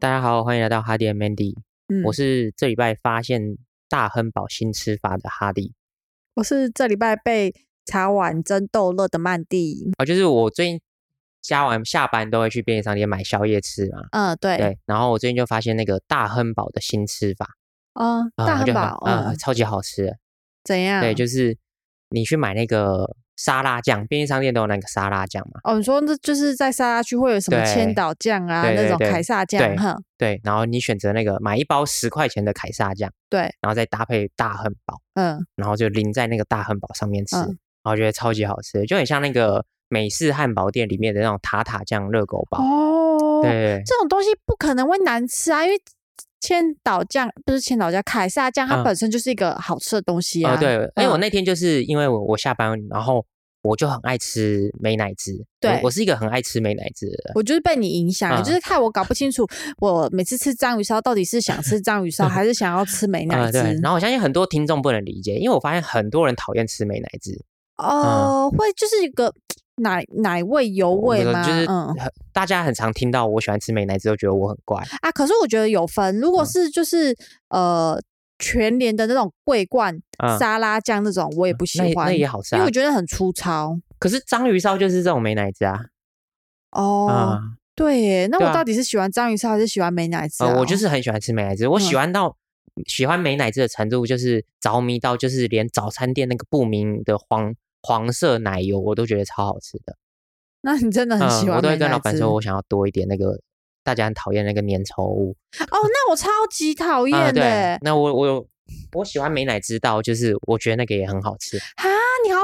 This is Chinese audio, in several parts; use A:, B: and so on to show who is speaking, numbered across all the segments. A: 大家好，欢迎来到哈迪 and Mandy，、
B: 嗯，
A: 我是这礼拜发现大亨堡新吃法的哈迪
B: 我是这礼拜被茶碗蒸豆乐的曼蒂。
A: 啊，就是我最近加完下班都会去便利商店买宵夜吃嘛，
B: 嗯，对，
A: 对，然后我最近就发现那个大亨堡的新吃法，
B: 嗯，
A: 啊
B: 大
A: 我
B: 汉
A: 觉得很
B: 堡，
A: 啊、
B: 嗯，
A: 超级好吃的，
B: 怎样？
A: 对，就是你去买那个沙拉酱，便利商店都有那个沙拉酱嘛，
B: 哦，你说那就是在沙拉区会有什么千
A: 对
B: 岛酱啊，
A: 对
B: 那
A: 对
B: 种
A: 对
B: 凯撒酱，
A: 对
B: 哼，
A: 对，然后你选择那个买一包十块钱的凯撒酱，
B: 对，
A: 然后再搭配大亨堡。
B: 嗯，
A: 然后就淋在那个大汉堡上面吃，
B: 嗯
A: 然后觉得超级好吃，就很像那个美式汉堡店里面的那种塔塔酱热狗堡。
B: 哦，
A: 对，
B: 这种东西不可能会难吃啊，因为千岛酱不是千岛酱，凯撒酱它
A: 嗯
B: 本身就是一个好吃的东西啊。
A: 哦对，因为我
B: 嗯
A: 那天就是因为我我下班，然后我就很爱吃美乃滋，我
B: 对
A: 我是一个很爱吃美乃滋的人。
B: 我就是被你影响，
A: 嗯
B: 就是看我搞不清楚，我每次吃章鱼烧到底是想吃章鱼烧，还是想要吃 美
A: 啊、
B: 乃滋？
A: 对，然后我相信很多听众不能理解，因为我发现很多人讨厌吃美乃滋，
B: 哦，会就是一个奶奶味油味
A: 我
B: 吗？
A: 就是
B: 嗯
A: 很大家很常听到我喜欢吃美乃滋，都觉得我很 怪。
B: 啊，可是我觉得有分，
A: 嗯
B: 如果是就是、呃全联的那种桂冠、
A: 嗯
B: 沙拉酱那种，我也不喜
A: 那也
B: 欢，
A: 那也好吃
B: 因为
A: 啊
B: 我，觉得很粗糙
A: 可是章鱼烧就是这种美乃滋啊，
B: 哦。
A: 啊、
B: 对耶，那
A: 对
B: 我
A: 啊
B: 到底是喜欢章鱼烧还是喜欢美乃滋、啊
A: 呃，我就是很喜欢吃美乃滋，我喜
B: 嗯
A: 欢到、喜欢美乃滋的程度，就是着迷到就是连早餐店那个不明的黄黄色奶油，我都觉得超好吃的。
B: 那你真的很
A: 嗯，
B: 喜欢
A: 我都
B: 美
A: 会跟
B: 乃
A: 老板
B: 滋
A: 说，我想要多一点那个大家很讨厌那个粘稠物。
B: 哦，那我超级讨
A: 啊、
B: 厌的耶
A: 对，那我我有我喜欢美乃滋到，就是我觉得那个也很好吃。
B: 哈，你好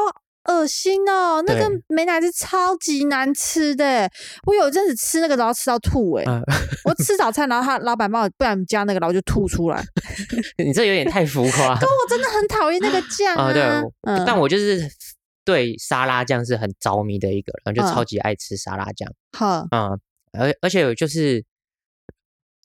B: 恶心哦！那个
A: 对
B: 美乃滋超级难吃的，欸我有一阵子吃那个，然后吃到吐哎、
A: 啊
B: 我吃早餐，然后他老板帮我不然加那个，然后就吐出来。我
A: 你这有点太浮夸啊、
B: 真的很讨厌那个酱啊！
A: 对，
B: 嗯，
A: 但我就是对沙拉酱是很着迷的一个人，就
B: 嗯
A: 超级爱吃沙拉酱。
B: 好，
A: 嗯，而而且就是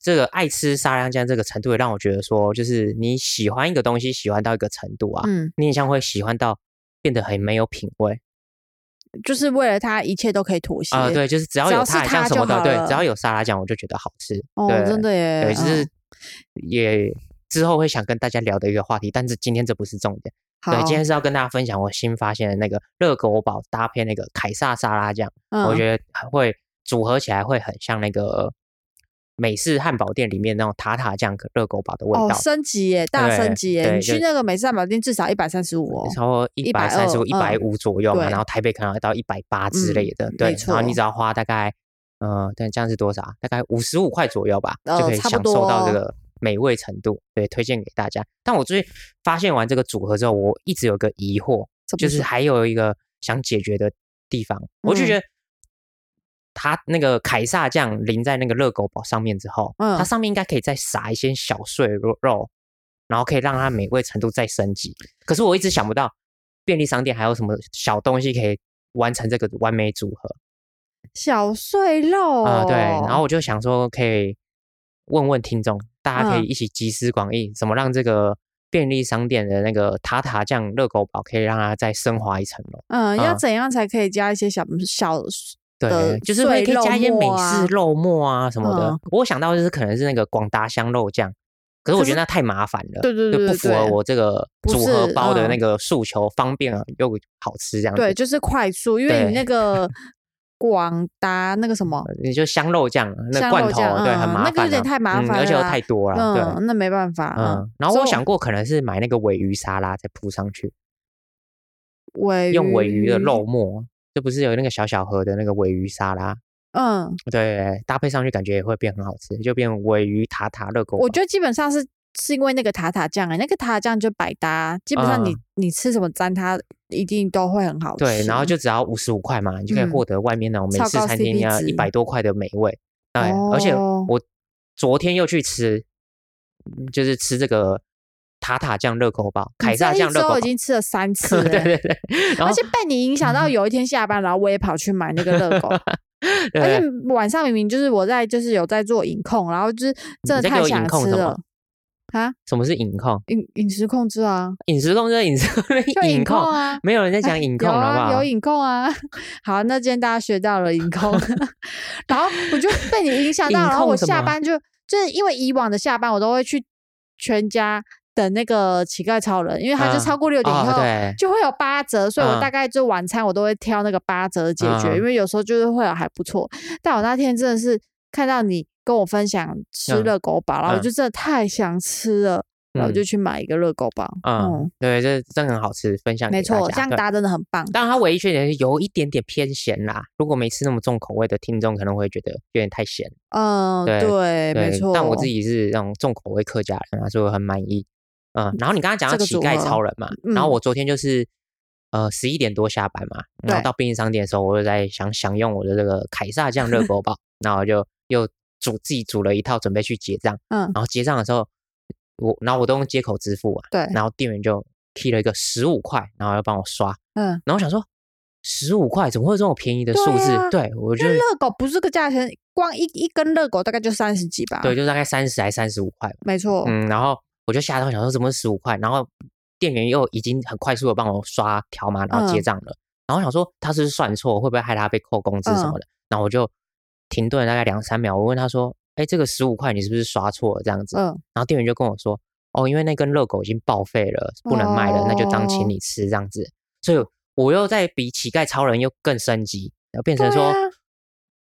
A: 这个爱吃沙拉酱这个程度，也让我觉得说，就是你喜欢一个东西，喜欢到一个程度啊，
B: 嗯，
A: 你很像会喜欢到变得很没有品味
B: 就是为了他一切都可以妥协
A: 啊、对，就是只要
B: 只
A: 有
B: 要是
A: 它，很像
B: 它
A: 什么
B: 就好
A: 的，对，
B: 了
A: 只要有沙拉酱，我就觉得好吃。
B: 哦，
A: 对，
B: 真的耶，
A: 对，就
B: 嗯
A: 是也。之后会想跟大家聊的一个话题，但是今天这不是重点。对，今天是要跟大家分享我新发现的那个热狗堡搭配那个凯撒沙拉酱。
B: 好，嗯
A: 我
B: 得
A: 觉得会组合起来会很像那个美式汉堡店里面那种塔塔酱热狗堡的味
B: 哦
A: 道，
B: 升级耶，大
A: 对
B: 升级耶！
A: 对
B: 你
A: 就
B: 去那个美式汉堡店至少一百三十五哦，
A: 超过一百三十五、一百
B: 120
A: 五左右嘛，
B: 嗯对
A: 然后台北可能要到一百八之类的，
B: 嗯
A: 对
B: 没，
A: 然后你
B: 错
A: 只要花大概，呃，对，这样是多少啊？大概五十五块左右吧，就
B: 呃
A: 可以
B: 差
A: 享
B: 不
A: 受到这
B: 多
A: 个美味程度，对，推荐给大家。但我最近发现完这个组合之后，我一直有个疑惑，
B: 这不
A: 就是
B: 是
A: 还有一个想解决的地方，我就
B: 嗯
A: 觉得它那个凯撒酱淋在那个热狗堡上面之后，它
B: 嗯
A: 上面应该可以再撒一些小碎肉肉，然后可以让它美味程度再升级。可是我一直想不到便利商店还有什么小东西可以完成这个完美组合
B: 小碎肉
A: 啊、对，
B: 哦
A: 然后我就想说可以问问听众，大家可以
B: 嗯
A: 一起集思广益，怎么让这个。便利商店的那个塔塔酱热狗堡可以让它再升华一层楼。
B: 嗯，要
A: 嗯
B: 怎样才可以加一些小嗯小
A: 对
B: 的，
A: 就是会
B: 碎
A: 可以
B: 肉
A: 加一些美
B: 末啊
A: 式肉末啊什么的。
B: 嗯
A: 我想到就是可能是那个广达香肉酱，可是我
B: 可
A: 觉
B: 是
A: 得那太麻烦了，
B: 对对
A: 就
B: 对
A: 不
B: 对
A: 符合
B: 对
A: 我这个
B: 不
A: 组合
B: 是
A: 包的
B: 嗯
A: 那个诉求，方便啊又好吃这样子。
B: 对，，就是快速，因为
A: 对
B: 你那个广达那个什么，
A: 你就香肉酱那
B: 香
A: 罐
B: 肉
A: 头，
B: 酱
A: 对，很
B: 嗯
A: 麻烦
B: 那
A: 啊，
B: 个有点太麻
A: 嗯
B: 烦
A: 而且又
B: 了啦
A: 太多了，对。
B: 嗯，那没办法，
A: 嗯，然后
B: 所以
A: 我想过可能是买那个尾鱼沙拉再铺上去，
B: 尾
A: 用尾鱼的肉，末，这不是有那个小小盒的那个尾鱼沙拉，
B: 嗯，
A: 对，搭配上去感觉也会变很好吃，就变尾鱼塔塔热狗堡。
B: 我觉得基本上是是因为那个塔塔酱，哎，那个塔塔酱就百搭，基本上你
A: 嗯
B: 你吃什么沾它一定都会很好吃，
A: 对，然后就只要五十五块嘛，你就可以
B: 嗯
A: 获得外面那种美
B: 超
A: 式
B: 高
A: 餐厅
B: CP
A: 要一百
B: 值
A: 多块的美味。对，哎而且
B: 哦
A: 我昨天又去吃，嗯就是吃这个塔塔酱热狗堡、
B: 你
A: 凯撒
B: 这一
A: 酱热狗
B: 周
A: 堡
B: 已。经吃了三次了，
A: 对对对，然
B: 而
A: 后
B: 且被你影 响到，有一天下班，然后我也跑去买那个热狗，
A: 对
B: 而且晚上明明就是我在，就是有在做饮控，然后就是真
A: 你在
B: 的
A: 给
B: 太
A: 我饮
B: 想
A: 控
B: 吃
A: 什么
B: 了啊，
A: 什么是饮控？
B: 饮饮食控制啊，
A: 饮食控就是饮食控，
B: 就
A: 饮
B: 控
A: 控，
B: 啊。
A: 没有人在讲饮控，
B: 有
A: 好不
B: 啊，
A: 好
B: 有？饮控啊。 好， 那今天大家学到了饮控，然后我就被你影响到，
A: 饮
B: 然后我
A: 控什么
B: 下班就就是因为以往的下班我都会去全家等那个乞丐超人，因为它就
A: 嗯
B: 超过六点以
A: 哦
B: 后。
A: 对，
B: 就会有八折，所以我
A: 嗯
B: 大概就晚餐我都会挑那个八折解决，
A: 嗯
B: 因为有时候就是会有还不错。但我那天真的是看到你跟我分享吃
A: 嗯
B: 热狗堡，然后我
A: 嗯
B: 就真的太想吃了，然后我就
A: 嗯
B: 去买一个热狗堡。
A: 嗯
B: 嗯，，
A: 对，这真的很好吃，分享给
B: 没
A: 大
B: 错，
A: 家
B: 这样
A: 对
B: 搭真的很棒。
A: 当然，它唯一缺点是有一点点偏咸啦。如果没吃那么重口味的听众，可能会觉得有点太咸。
B: 嗯，
A: 对
B: 对，没
A: 对
B: 错。
A: 但我自己是那种重口味客家人啊，所以我很满意。嗯，然后你刚刚讲
B: 这
A: 到
B: 个
A: 乞
B: 组
A: 丐
B: 合
A: 超人嘛，然后
B: 嗯
A: 我昨天就是呃十一点多下班嘛，然后
B: 对
A: 到便利商店的时候，我就在想享用我的这个凯撒酱热狗 堡，然后我就又煮自己煮了一套，准备去结 账。
B: 嗯
A: 然后结账的时候，我然后我都用接口支付啊，
B: 对，
A: 然后店员就剔了一个十五块，然后要帮我刷，
B: 嗯，
A: 然后我想说，十五块怎么会有这么便宜的数字？
B: 对啊
A: 对,、我
B: 因
A: 觉
B: 为
A: 得
B: 热狗不是个价钱，光一一根热狗大概就三十几吧。
A: 对，，就大概三十还三十五块吧。
B: 没错。
A: 嗯，然后我就吓到想说怎么十五块，然后店员又已经很快速的帮我刷条码，然后结
B: 嗯
A: 账了。然后我想说他是不是算错，会不会害他被扣工资
B: 嗯
A: 什么的？然后我就停顿了大概两三秒，我问他说：“哎，这个十五块你是不是刷错了这样子？”
B: 嗯，
A: 然后店员就跟我说：“哦，因为那根热狗已经报废了，不能卖了，那就当
B: 哦
A: 请你吃这样子。”所以我又在比乞丐超人又更升级，然后变成
B: 对
A: 说，
B: 啊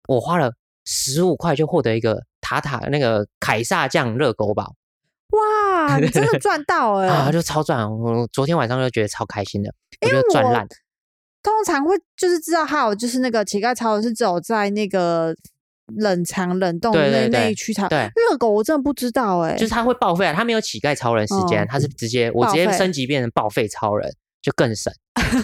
A: 我花了十五块就获得一个塔塔那个凯撒酱热狗堡、
B: 哇，你真的赚到哎、
A: 啊，就超赚！我昨天晚上就觉得超开心的，我觉得赚
B: 我
A: 烂。
B: 通常会就是知道还有就是那个乞丐超人是只有在那个冷藏冷冻
A: 对
B: 那
A: 对
B: 那
A: 对
B: 一区才。
A: 对
B: 热狗我真的不知道哎、
A: 就是他会报废啊，他没有乞丐超人时间，
B: 哦
A: 他是直接我
B: 报
A: 直接
B: 废
A: 升级变成报废超人，就更省。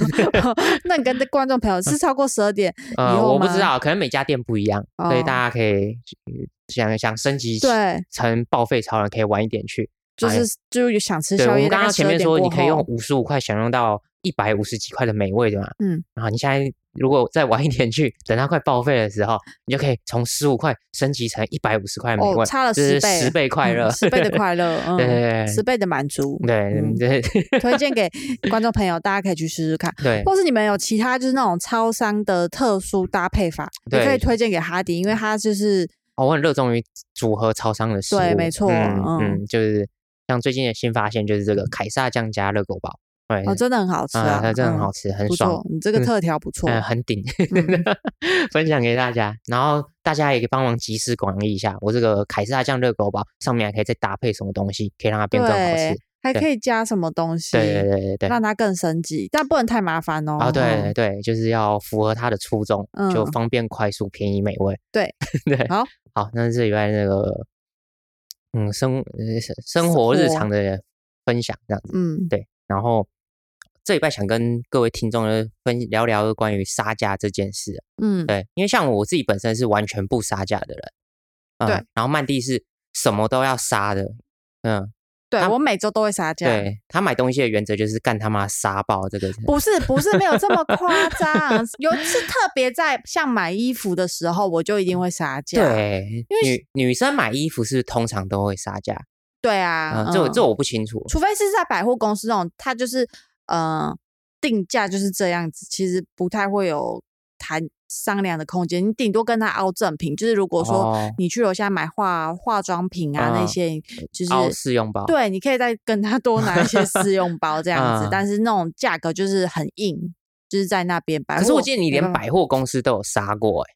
B: 那你跟观众 朋
A: 嗯
B: 友是超过十二点以
A: 呃，
B: 后
A: 我不知
B: 吗
A: 道，可能每家店不一样，所以
B: 哦
A: 大家可以嗯想想升级
B: 对
A: 成报废超人，可以晚一点去。
B: 就
A: 哎
B: 是就是想吃
A: 对，我
B: 宵夜，
A: 们
B: 大
A: 刚
B: 概
A: 刚
B: 十
A: 前
B: 二
A: 面
B: 点
A: 说
B: 过
A: 你可以用
B: 后
A: 五十五块享用到一百五十几块的美味，对吗？
B: 嗯，
A: 然后你现在如果再晚一点去，等它快报废的时候，你就可以从十五块升级成一百五十块的美味，
B: 哦差了
A: 这是
B: 10倍嗯
A: 十倍快乐，
B: 十、10倍的快乐，嗯，
A: 对对
B: 十倍的满足，
A: 对
B: 嗯
A: 对对
B: 推荐给观众朋友，大家可以去试试看。
A: 对
B: 或是你们有其他就是那种超商的特殊搭配法，也可
A: 对
B: 以推荐给哈迪，因为他就是
A: 哦我很热衷于组合超商的食物，
B: 对没错
A: 嗯
B: 嗯
A: 嗯，就是像最近的新发现就是这个凯撒酱加热狗堡，对，
B: 哦，真的很好吃
A: 啊，
B: 啊，
A: 它真的很
B: 嗯
A: 好吃，很
B: 不
A: 爽
B: 错，，你这个
A: 嗯
B: 特调不错，
A: 嗯，很顶， 分享给大家。然后大家也可以帮忙集思广益一下，我这个凯撒酱热狗堡上面还可以再搭配什么东西，可以让它变更好吃
B: 对。，还
A: 对
B: 可以加什么东西，
A: 对对对对对。
B: 让它更升级，但不能太麻烦哦。
A: 啊，对对
B: 嗯
A: 对，就是要符合它的初衷，就
B: 嗯
A: 方便、快速、便宜、美味。
B: 对
A: 对，
B: 好，
A: 好，那这礼拜那个，嗯，生呃生生
B: 生
A: 活日
B: 活
A: 常的分享这样子。
B: 嗯，
A: 对，然后这礼拜想跟各位听众呢分聊聊关于杀价这件事啊
B: 嗯，
A: 对，因为像我自己本身是完全不杀价的人，嗯、
B: 对，
A: 然后曼蒂是什么都要杀的，嗯，
B: 对
A: 他
B: 我每周都会杀价，
A: 对他买东西的原则就是干他妈杀爆这个，
B: 不是不是没有这么夸张，有是特别在像买衣服的时候，我就一定会杀价。
A: 对，
B: 因为
A: 女女生买衣服是不是通常都会杀价，
B: 对啊
A: 嗯，，这我这
B: 嗯
A: 我不清楚，
B: 除非是在百货公司那种，它就是呃定价就是这样子，其实不太会有谈商量的空间。你顶多跟他凹赠品，就是如果说
A: 哦
B: 你去楼下买化化妆品啊、那
A: 嗯
B: 些，就是
A: 凹试用包，
B: 对，你可以再跟他多拿一些试用包这样子，
A: 嗯
B: 但是那种价格就是很硬，就是在那边百货。
A: 可是我记得你
B: 啊没
A: 连
B: 办法
A: 百货公司都有杀过、欸，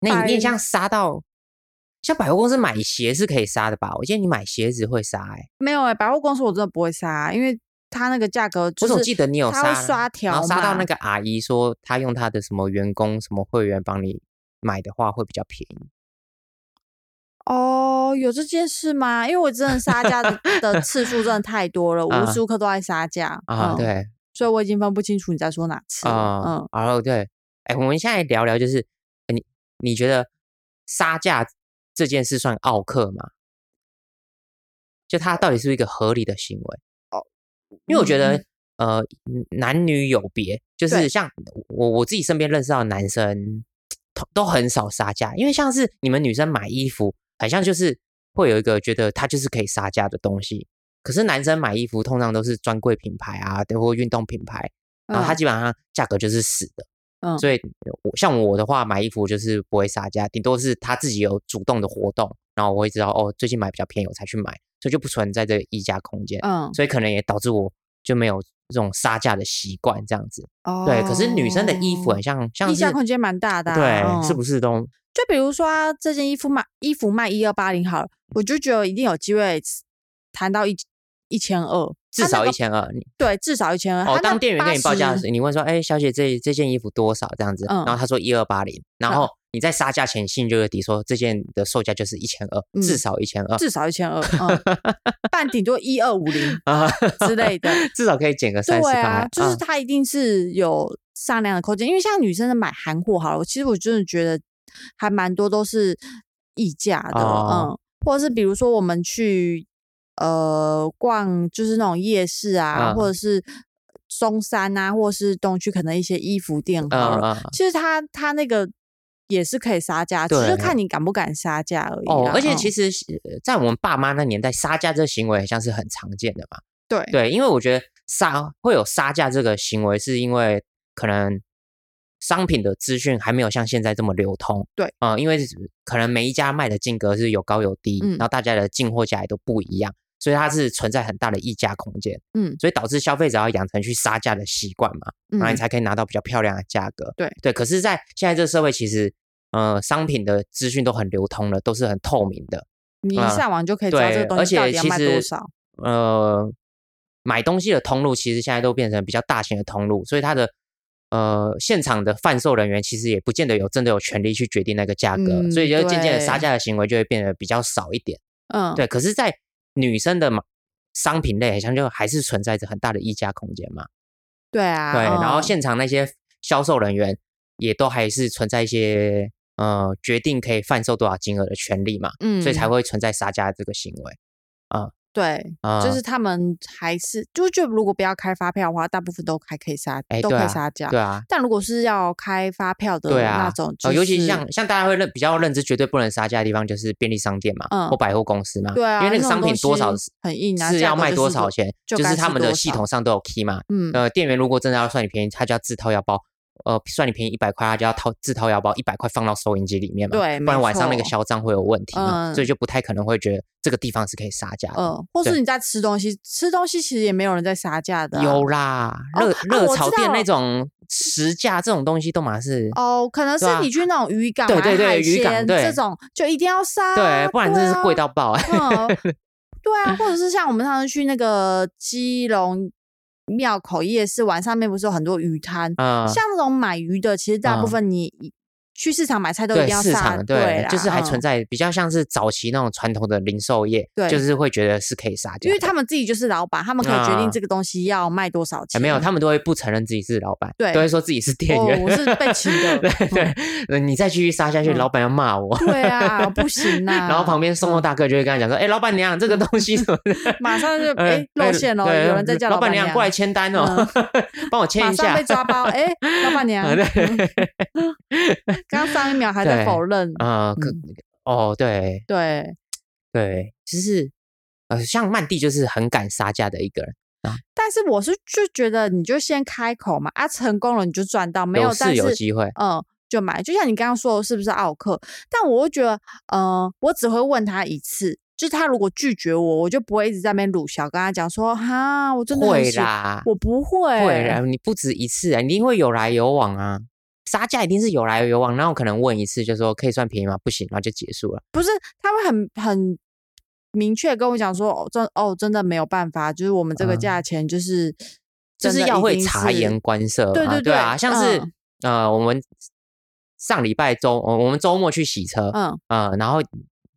A: 那你
B: 百
A: 你也像杀到。像百货公司买鞋是可以杀的吧？我记得你买鞋子会杀、欸，
B: 没有哎、百货公司我真的不会杀，啊因为它那个价格就
A: 我
B: 是
A: 总记得你有
B: 他会
A: 杀
B: 刷条
A: 然后杀到
B: 嘛
A: 那个阿姨说，她用她的什么员工什么会员帮你买的话会比较便宜。
B: 哦，有这件事吗？因为我真的杀价的的次数真的太多了，
A: 啊
B: 无时无刻都在杀价
A: 啊，，
B: 嗯
A: 对
B: 所以我已经分不清楚你在说哪次了。
A: 啊
B: 嗯，，
A: 然后对，哎，我们现在聊聊就是呃你你觉得杀价这件事算奥克吗？就它到底是不是一个合理的行为？因为我觉
B: 嗯
A: 得呃男女有别，就
B: 对
A: 是像我我自己身边认识到的男生都都很少杀价，因为像是你们女生买衣服，好像就是会有一个觉得它就是可以杀价的东西。可是男生买衣服通常都是专柜品牌啊，对或运动品牌，然后它
B: 嗯
A: 基本上价格就是死的。
B: 嗯
A: 所以我像我的话，买衣服就是不会杀价，顶多是他自己有主动的活动，然后我会知道哦，最近买比较便宜，我才去买，所以就不存在这个溢价空间，
B: 嗯，
A: 所以可能也导致我就没有这种杀价的习惯，这样子。
B: 哦，
A: 对，可是女生的衣服很像像
B: 溢价
A: 是
B: 哦空间蛮大的啊
A: 对，
B: 嗯
A: 是不是都
B: 就比如说、啊、这件衣服卖衣服卖一二八零好了，我就觉得一定有机会谈到一一千二，
A: 至
B: 它那
A: 少
B: 个
A: 一千二？你
B: 对，至少一千二。
A: 哦，
B: 它那
A: 当店员跟你报价的
B: 80
A: 时候，你问说：“哎，小姐，这这件衣服多少？”这样子，然后
B: 嗯
A: 他说一二八零，然
B: 嗯
A: 后你在杀价前心里就有底，说这件的售价就是一千二，至
B: 嗯
A: 少一千二
B: 至少一千二，嗯， 半顶多一二五 零
A: 啊，
B: 之类的。
A: 至少可以减个三十
B: 对
A: 块
B: 啊，，就是它一定是有商量的空间，因为像女生的买韩货好了，我其实我真的觉得还蛮多都是溢价的，
A: 哦
B: 嗯，或者是比如说我们去呃逛就是那种夜市啊，
A: 嗯
B: 或者是松山啊，或者是东区可能一些衣服店
A: 嗯
B: 好了，
A: 嗯嗯
B: 其实它它那个也是可以杀价，只
A: 对
B: 是看你敢不敢杀价而已
A: 哦
B: 啦。，
A: 而且
B: 嗯
A: 其实呃在我们爸妈那年代，杀价这个行为好像是很常见的嘛。
B: 对
A: 对，因为我觉得杀会有杀价这个行为，是因为可能商品的资讯还没有像现在这么流通。
B: 对，
A: 呃，因为可能每一家卖的金额是有高有低，
B: 嗯
A: 然后大家的进货价也都不一样，所以它是存在很大的溢价空间。
B: 嗯
A: 所以导致消费者要养成去杀价的习惯嘛，然后你
B: 嗯
A: 才可以拿到比较漂亮的价格。
B: 对
A: 对，可是，在现在这个社会，其实呃，商品的资讯都很流通了，都是很透明的。
B: 你一
A: 嗯
B: 上网就可以知道这
A: 对
B: 个东西
A: 而
B: 到
A: 且
B: 底要
A: 其
B: 卖
A: 实
B: 多少。
A: 呃，买东西的通路其实现在都变成比较大型的通路，所以它的呃现场的贩售人员其实也不见得有真的有权利去决定那个价格，所以
B: 嗯
A: 就渐渐的杀
B: 对
A: 价的行为就会变得比较少一点。
B: 嗯，
A: 对，可是，在女生的嘛商品类，好像就还是存在着很大的溢价空间嘛。
B: 对啊，
A: 对，然后
B: 嗯
A: 现场那些销售人员也都还是存在一些呃决定可以贩售多少金额的权利嘛，
B: 嗯，
A: 所以才会存在杀价这个行为
B: 对，
A: 啊、
B: 就是他们还是就是就如果不要开发票的话，大部分都还可以杀，
A: 哎
B: 都
A: 对
B: 可以
A: 啊
B: 杀价。
A: 对啊，
B: 但如果是要开发票的
A: 对
B: 那
A: 啊
B: 种，就
A: 呃，
B: 是
A: 尤其像像大家会认比较认知绝对不能杀价的地方，就是便利商店嘛，
B: 嗯
A: 或百货公司嘛，
B: 对啊，
A: 因为那个
B: 种
A: 商
B: 东
A: 品多
B: 西
A: 少是
B: 很硬啊，
A: 是
B: 价
A: 要
B: 格
A: 卖
B: 就
A: 多
B: 是
A: 少
B: 多？
A: 钱，
B: 就
A: 就
B: 该
A: 是他
B: 是
A: 们的
B: 多
A: 系
B: 少
A: 统上都有 key 嘛，
B: 嗯，
A: 呃，店员如果真的要算你便宜，他就要自掏腰包。呃，算你便宜一百块，他就要掏自掏腰包一百块放到收银机里面嘛，
B: 对
A: 不然
B: 没
A: 晚上那个
B: 错
A: 销账会有问题嘛，所以
B: 嗯
A: 就不太可能会觉得这个地方是可以杀价的。
B: 嗯，或
A: 对
B: 是你在吃东西，吃东西其实也没有人在杀价的啊、
A: 有啦，热
B: 啊
A: 热
B: 我
A: 炒
B: 知
A: 店那
B: 道
A: 种实价这种东西都嘛是，
B: 哦，可能是
A: 对啊
B: 你去那种渔港
A: 对
B: 买
A: 对对
B: 海
A: 渔港
B: 鲜
A: 对
B: 这种就一定要杀啊、
A: 对，不然真的是
B: 啊
A: 贵到爆啊。
B: 嗯，对啊，或者是像我们上次去那个基隆庙口夜市，晚上面不是有很多鱼摊？
A: 啊
B: 像那种买鱼的，其实大
A: 嗯
B: 部分你去市场买菜都一
A: 对
B: 定要
A: 市
B: 杀，
A: 场
B: 啦，嗯
A: 就是还存
B: 在，
A: 在比较像是早期那种传统的零售业，
B: 对
A: 就是会觉得是可以杀价的，
B: 因为他们自己就是老板，他们可以决
A: 啊
B: 定这个东西要卖多少
A: 哎
B: 钱。
A: 没有，他们都会不承认自己是老板，
B: 对
A: 都会说自己是店
B: 哦
A: 员，
B: 我是被请 的
A: 对对，呃你再继续杀下去，
B: 嗯
A: 老板要骂我。
B: 对啊，不行呐、
A: 然后旁边送货大哥就会跟他讲说：“哎，老板娘，这个东西怎么的
B: 马上就
A: 呃
B: 哎露馅了，
A: 对
B: 有人在叫
A: 老
B: 板嗯
A: 娘过来签单哦， 帮我签
B: 马
A: 一
B: 上
A: 下
B: 被。抓包，哎，老板娘嗯
A: 啊，对
B: 刚上一秒还在
A: 对
B: 否认，
A: 啊， 可
B: 嗯
A: 哦，对
B: 对，
A: 对，就是呃，像曼蒂就是很敢杀价的一个人，
B: 但是我是就觉得你就先开口嘛，啊，成功了你就赚到，没
A: 有
B: 但
A: 是
B: 是
A: 有机会。
B: 嗯就买。就像你刚刚说的，是不是奥克？但我会觉得，嗯，我只会问他一次，就是他如果拒绝我，我就不会一直在那边鲁小跟他讲说，哈，我真的很
A: 会
B: 喜
A: 啦，
B: 我不会，
A: 会啦，你不止一次啊，你一定会有来有往啊。杀价一定是有来有往，然后可能问一次就说可以算便宜吗？不行，然后就结束了。
B: 不是他会很很明确地跟我讲说，哦，真哦真的没有办法，就是我们这个
A: 嗯
B: 价钱就是、
A: 就是要会察言。观色嘛，
B: 对对
A: 对啊，
B: 对
A: 像是、
B: 嗯
A: 呃，我们上礼拜周，呃我我们周末去洗车，
B: 嗯，
A: 呃，然后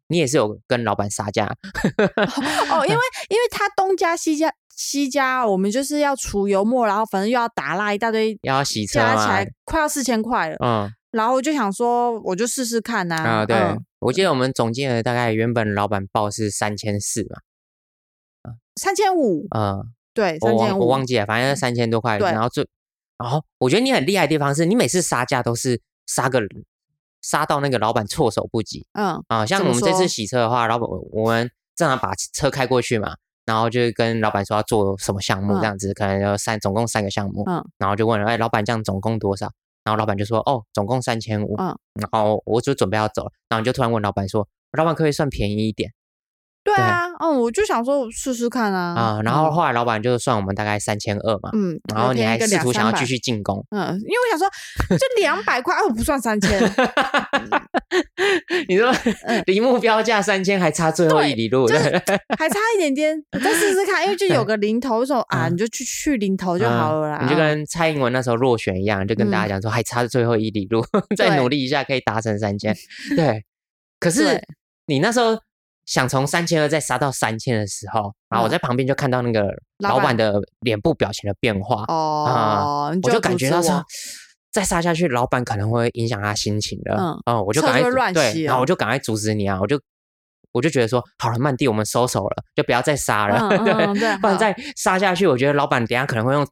A: 你也是有跟老板杀价，
B: 哦，因为因为他东家西家西家，我们就是要除油墨，然后反正又要打蜡一大堆，
A: 要洗车
B: 加起
A: 嘛
B: 来，快要四千块了。
A: 嗯
B: 然后我就想说，我就试试看呐、
A: 啊、对、
B: 嗯
A: 我记得我们总金额大概原本老板报是三千四嘛，
B: 三千五，
A: 嗯、
B: 对，
A: 我
B: 三千
A: 忘
B: 五，
A: 我忘记了，反正三千多块。
B: 对
A: 然后最，然后我觉得你很厉害的地方是你每次杀价都是杀个杀到那个老板措手不及
B: 嗯
A: 啊、像
B: 怎么
A: 我们这
B: 说
A: 次洗车的话，老板我们正常把车开过去嘛，然后就是跟老板说要做什么项目
B: 嗯
A: 这样子，可能有三总共三个项目，
B: 嗯
A: 然后就问了，哎，老板这样总共多少？然后老板就说哦，总共三千五，
B: 嗯
A: 然后我就准备要走了，然后你就突然问老板说，老板可不可以算便宜一点
B: 对
A: 对
B: 啊，嗯，我就想说我试试看啊，
A: 啊？然后
B: 嗯
A: 后来老板就算我们大概三千二嘛，
B: 嗯，
A: 然后你
B: 便宜
A: 还
B: 个
A: 试
B: 两
A: 图想要
B: 三
A: 继
B: 百
A: 续进攻，
B: 嗯，因为我想说，这两百块，哦，不算三千，
A: 你 说离目标价三千还差最后一里路，
B: 就
A: 嗯对
B: 是
A: 不对
B: 还差一点点，我再试试看，因为就有个零 头，说啊，
A: 嗯
B: 你就去去零头就好了啦。
A: 嗯你就
B: 嗯
A: 跟蔡英文那时候落选一样，就跟大家讲说，还差最后一里路， 再
B: 对
A: 努力一下可以达成三 千。对，可是
B: 对
A: 你那时候想从三千二再杀到三千的时候，然后我
B: 嗯
A: 在旁边就看到那个
B: 老
A: 老
B: 板
A: 板的脸部表情的变化，
B: 哦，你
A: 啊我
B: 要
A: 就感
B: 阻
A: 觉
B: 止
A: 到
B: 我
A: 说，再杀下去，老板可能会影响他心情的。
B: 嗯
A: 嗯，哦，我就
B: 车
A: 赶
B: 就
A: 快
B: 会乱
A: 对，
B: 骑
A: 然后
B: 了
A: 我就赶快阻止你啊！我就我就觉得说，好了，曼蒂，我们收手了，就不要再杀了，
B: 嗯嗯嗯对
A: 不然
B: 好
A: 再杀下去，我觉得老板等一下可能会用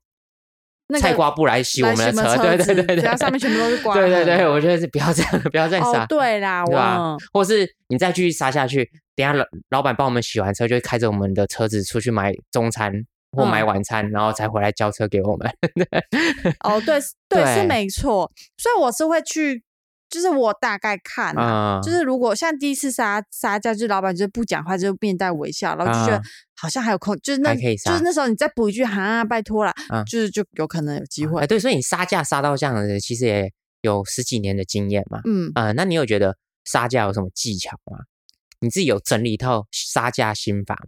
B: 那
A: 菜
B: 个
A: 瓜布来洗我
B: 来
A: 们的
B: 洗我们
A: 车。
B: 车
A: 对对
B: 子
A: 对对
B: 只要
A: 对，
B: 上面全部都是刮
A: 对对对，
B: 痕
A: 我觉得是不要这样， 不要再杀。
B: 哦，对啦，
A: 啊
B: 嗯
A: 对吧
B: 我
A: 或是你再继续杀下去，等一下老老板帮我们洗完车，就会开着我们的车子出去买中餐或买
B: 嗯
A: 晚餐，然后才回来交车给我们。
B: 哦， 对是对
A: 对
B: 是没错，所以我是会去，就是我大概看
A: 嗯，
B: 啊，就是如果像第一次杀杀价，就是老板就是不讲话，就是面带微笑，然后就觉得
A: 啊
B: 好像还有空，就是那
A: 还可以
B: 就是
A: 杀
B: 那时候你再补一句哈、拜托啦，
A: 啊
B: 就是就有可能有机会
A: 哎，。对，所以你杀价杀到这样子，其实也有十几年的经验嘛。
B: 嗯，
A: 啊、那你有觉得杀价有什么技巧吗？你自己有整理一套杀价心法吗，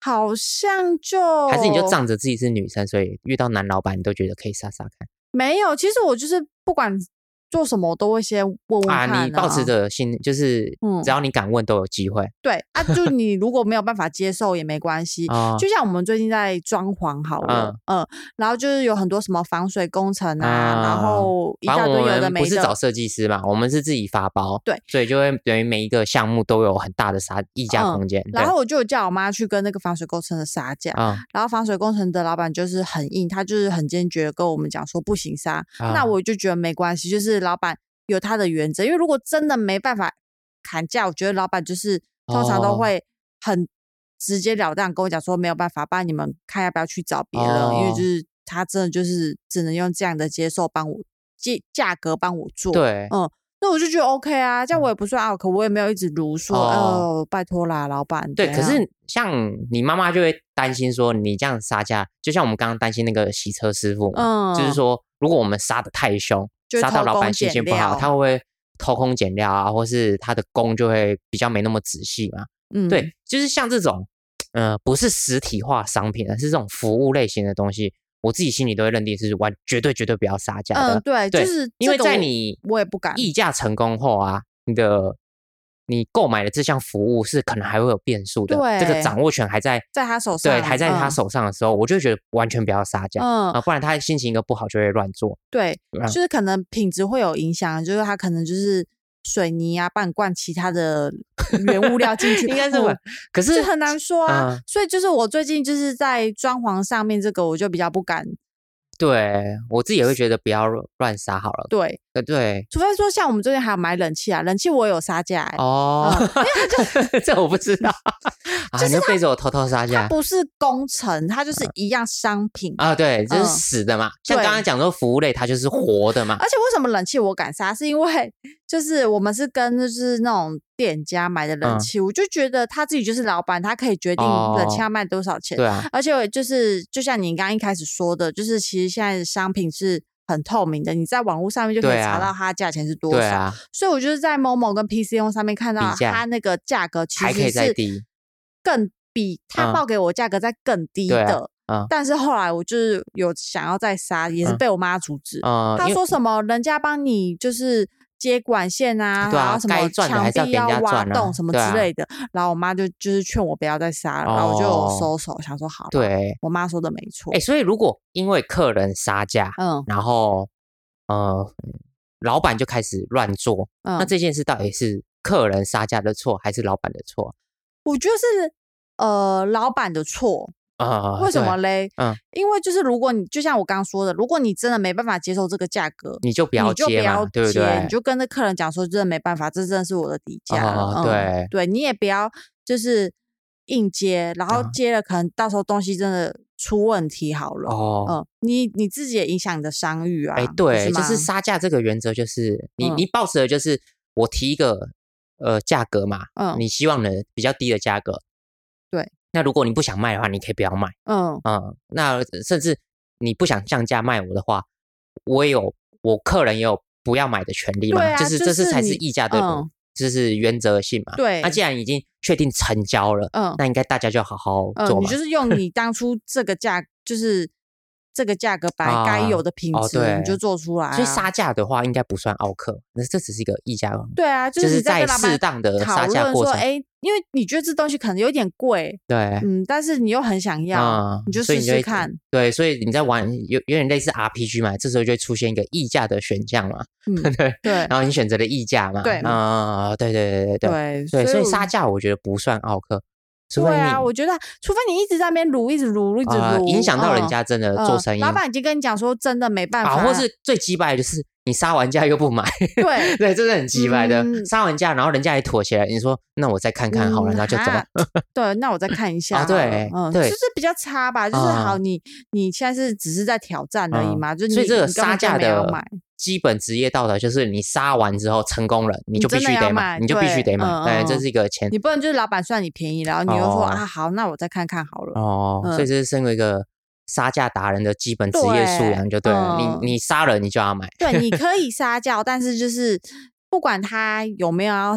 B: 好像就
A: 还是你就仗着自己是女生，所以遇到男老板你都觉得可以杀杀看
B: 没有。其实我就是不管做什么，我都会先问问看、
A: 啊？你保持着心，就是
B: 嗯
A: 只要你敢问都有机会
B: 对啊，就你如果没有办法接受也没 关系。
A: 啊。
B: 就像我们最近在装潢好了，嗯、然后就是有很多什么防水工程啊，然
A: 啊
B: 后一
A: 反
B: 大
A: 正
B: 堆
A: 我
B: 有的
A: 们
B: 没
A: 不是
B: 的
A: 找，设计师嘛，我们是自己发包，
B: 对，
A: 所以就会等于每一个项目都有很大的杀溢价
B: 嗯
A: 空间。对
B: 然后我就有叫我妈去跟那个防水工程的杀价，
A: 啊，
B: 然后防水工程的老板就是很硬，他就是很坚决地跟我们讲说不行杀，那
A: 啊
B: 我就觉得没关系，就是老板有他的原则，因为如果真的没办法砍价，我觉得老板就是通常都
A: 哦
B: 会很直截了当跟我讲说没有办法，不然你们看要不要去找别人，因为
A: 哦
B: 就是他真的就是只能用这样的接受帮我价价格帮我做，
A: 啊对嗯
B: 嗯，那我就觉得 OK 啊，这样我也不算拗口，我也没有一直如说，
A: 哦
B: 哦，拜托啦，老板。
A: 对，
B: 怎
A: 可
B: 样
A: 是像你妈妈就会担心说，你这样杀价，就像我们刚刚担心那个洗车师傅嘛，
B: 嗯，
A: 就是说，如果我们杀的太凶，
B: 就会
A: 杀到
B: 偷
A: 老
B: 工
A: 板心
B: 减
A: 情不好，
B: 料
A: 他会不会偷工减料啊，或是他的工就会比较没那么仔细嘛？
B: 嗯，
A: 对，就是像这种，呃，不是实体化商品，而是这种服务类型的东西，我自己心里都会认定是完绝对绝对不要杀价的，
B: 嗯，对，
A: 对
B: 就是
A: 因
B: 这
A: 为
B: 个
A: 在
B: 我
A: 你
B: 我也不敢，
A: 议价成功后啊，你的你购买的这项服务是可能还会有变数的，这个
B: 对
A: 掌握权还在
B: 在他手上，
A: 对还在他
B: 嗯，
A: 手上的时候，我就会觉得完全不要杀价
B: 嗯，
A: 啊，不然他心情一个不好就会乱做。
B: 对，
A: 嗯
B: 就是可能品质会有影响，就是他可能就是水泥啊、半罐其他的原物料进 去，
A: 应该是
B: 我
A: 吧，可是
B: 这很难说啊。
A: 嗯
B: 所以就是我最近就是在装潢上面这个，我就比较不敢
A: 对我自己也会觉得不要乱杀好了。
B: 对，
A: 对对
B: 除非说像我们最近还有买冷气啊，冷气我有杀价、欸，
A: 哦， 这我不知 道啊，你就背着我偷偷杀
B: 欸它
A: 价
B: 不是工程，它就是一样商品。
A: 嗯啊？对，这
B: 嗯
A: 是死的嘛，像
B: 对
A: 刚刚讲说服务类，它就是活的嘛。
B: 而且为什么冷气我敢杀？是因为就是我们是跟就是那种店家买的冷
A: 嗯
B: 气，我就觉得他自己就是老板，他可以决定冷气
A: 哦
B: 要卖多少钱。
A: 对啊，
B: 而且就是就像你刚刚一开始说的，就是其实现在的商品是很透明的，你在网络上面就可以
A: 对
B: 查
A: 啊
B: 到它价钱是多
A: 对
B: 少。
A: 啊，
B: 所以我就是在 Momo 跟 PC 用上面看到
A: 比价
B: 它那个价格其
A: 还可
B: 实
A: 以再
B: 是
A: 低
B: 更比他
A: 嗯
B: 报给我价格再更低
A: 对啊
B: 的。
A: 嗯
B: 但是后来我就是有想要再杀，也是
A: 嗯
B: 被我妈阻止。
A: 啊。
B: 他
A: 因为
B: 说什么人家帮你就是接管线啊，
A: 对啊
B: 然后什
A: 该
B: 么
A: 赚的还
B: 墙
A: 是要
B: 壁
A: 给人家
B: 挖
A: 赚啊
B: 洞什么
A: 对
B: 之
A: 啊
B: 类的，然后我妈就就是劝我不要再杀了，然后我就有
A: 哦
B: 收手，想说好啦，
A: 对，
B: 我妈说的没错，
A: 哎，所以如果因为客人杀价，
B: 嗯
A: 然后呃，老板就开始乱做，那
B: 嗯，
A: 这件事到底是客人杀价的错还是老板的错
B: 我觉得是呃老板的错，
A: 啊？
B: 为什
A: 对
B: 么？嘞？
A: 嗯，
B: 因为就是如果你就像我刚刚说的，如果你真的没办法接受这个价格。
A: 你就不
B: 你
A: 要
B: 就不
A: 接
B: 要
A: 嘛，对不
B: 接
A: 对
B: 你？就跟那客人讲说，真的没办法，这真的是我的底价了。
A: 哦
B: 嗯
A: 对
B: 对，你也不要就是硬接，然后
A: 嗯
B: 接了可能到时候东西真的出问题好了。
A: 哦，
B: 嗯，你你自己也影响你的商誉啊。
A: 哎、对，
B: 不
A: 就是
B: 吗
A: 杀价这个原则，就是你、
B: 嗯
A: 你抱持的就是我提一个呃价格嘛，
B: 嗯
A: 你希望呢比较低的价格。
B: 对。
A: 那如果你不想卖的话，你可以不要卖，
B: 嗯
A: 嗯，那甚至你不想降价卖我的话，我也有我客人也有不要买的权利嘛，
B: 对啊
A: 就是这
B: 就是
A: 才是
B: 你
A: 议价对不？
B: 嗯
A: 就是原则性嘛。
B: 对
A: 那既然已经确定成交了，
B: 嗯
A: 那应该大家就好好
B: 嗯
A: 做，
B: 你
A: 嘛。
B: 就是用 你当初这个价，就是这个价格把该有的品
A: 啊哦
B: 质，你就
A: 对
B: 做出来、啊。
A: 所以杀价的话，应该不算奥克，那这只是一个议价，
B: 对啊，
A: 就
B: 你
A: 是
B: 在
A: 在
B: 跟老
A: 适
B: 板
A: 当的
B: 讨
A: 杀价
B: 论
A: 过
B: 说，
A: 程。
B: 哎、因为你觉得这东西可能有点贵，
A: 对，
B: 嗯，但是你又很想要，
A: 啊，
B: 你就
A: 所以
B: 试
A: 会
B: 试看。
A: 对，所以你在玩有有点类似 RPG 嘛，这时候就会出现一个议价的选项嘛，
B: 嗯，
A: 对，
B: 对
A: 然后你选择了议价嘛，
B: 对
A: 啊、对对对对对
B: 对，
A: 对，所以
B: 我
A: 杀价我觉得不算奥克，除非
B: 对
A: 你
B: 啊，我觉得，除非你一直在那边撸，一直撸，一直撸，
A: 啊、影响到人家真的
B: 嗯
A: 做
B: 嗯
A: 生意、
B: 老板已经跟你讲说，真的没办法，
A: 啊，或是最鸡掰的就是你杀完价又不买，。
B: 对
A: 对，真的很鸡掰的，
B: 嗯
A: 杀完价然后人家也妥协了，你说那我再看看好了，
B: 嗯
A: 然后就走。
B: 哈对，那我再 看一下好了。
A: 对
B: 嗯，
A: 对
B: 就是比较差吧，就是
A: 啊
B: 好，你你现在是只是在挑战而已
A: 嗯
B: 嘛，就是
A: 所以
B: 你
A: 这个
B: 你根
A: 杀
B: 本就
A: 价
B: 没有
A: 的
B: 买
A: 基本职业道德就是，你杀完之后成功了，你就必须
B: 真的要
A: 得买
B: 买，
A: 你就必须
B: 对
A: 得
B: 嗯
A: 买。对，这
B: 嗯
A: 是一个前
B: 你不能就是老板算你便宜，然后你又说
A: 哦
B: 啊好，那我再看看好了。
A: 哦，所以
B: 嗯
A: 这是身为一个杀价达人的基本职业素养就对了。
B: 嗯
A: 你你杀了，你就要买。
B: 对，你可以撒娇，但是就是不管他有没有要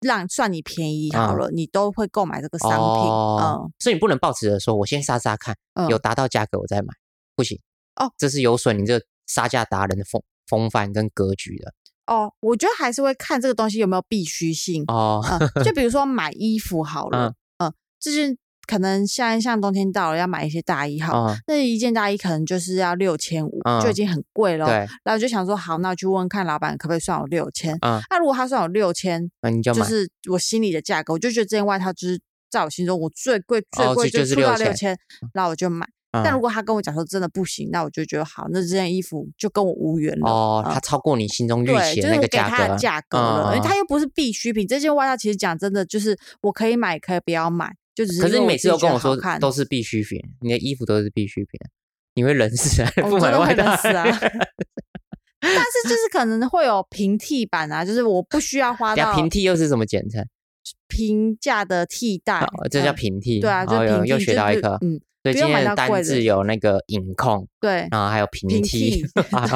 B: 让算你便宜好
A: 嗯
B: 了，你都会购买这个商品。嗯
A: 哦，所以你不能抱持着说我先杀杀看，
B: 嗯嗯，
A: 有达到价格我再买，不行。
B: 哦，
A: 这是有损你这个杀价达人的风风范跟格局的。
B: 哦，我觉得还是会看这个东西有没有必须性。
A: 哦，
B: 嗯，就比如说买衣服好了，嗯，就是可能像像冬天到了要买一些大衣好，
A: 哦，
B: 那一件大衣可能就是要六千五，就
A: 嗯
B: 已经很贵了。哦
A: 对，
B: 然后就想说，好，那我去问问看老板可不可以算我六千。
A: 嗯
B: 那如果他算我六千，
A: 那你就
B: 就
A: 买。
B: 是我心里的价格，我就觉得这件外套就是在我心中我最贵最
A: 哦
B: 贵
A: 就就是
B: 出到六
A: 6000
B: 千，然后我就买。但如
A: 嗯
B: 果他跟我讲说真的不行，那我就觉得好，那这件衣服就跟我无缘了。
A: 哦，
B: 嗯
A: 它超过你心中预
B: 对，
A: 期的
B: 就
A: 那
B: 是我
A: 个
B: 给
A: 价
B: 他
A: 格
B: 的
A: 啊，
B: 价格了，因为
A: 嗯
B: 它又不是必需品。这件外套其实讲真的，就是我可以买，也可以不要买，就只是
A: 可
B: 因
A: 是
B: 为
A: 你每
B: 自
A: 次
B: 己
A: 都
B: 觉
A: 跟
B: 得
A: 我说
B: 好看
A: 都是必需品，你的衣服都是必需品，你会冷死啊！
B: 哦
A: 不
B: 真
A: 买
B: 的
A: 外
B: 会冷
A: 套
B: 死啊但是就是可能会有平替版啊，就是我不需要花
A: 等下
B: 到
A: 平替又是怎么简称？
B: 平价的替代
A: 哦，这叫
B: 嗯
A: 平替。
B: 对啊，就
A: 哦
B: 平
A: 哟
B: 替
A: 又学
B: 就
A: 到一
B: 是
A: 课。
B: 嗯，
A: 所以
B: 不
A: 今
B: 用买
A: 天
B: 到
A: 的
B: 贵
A: 单
B: 的
A: 字有那个影控，
B: 对，
A: 然后还有平
B: 平
A: 替
B: 替
A: 啊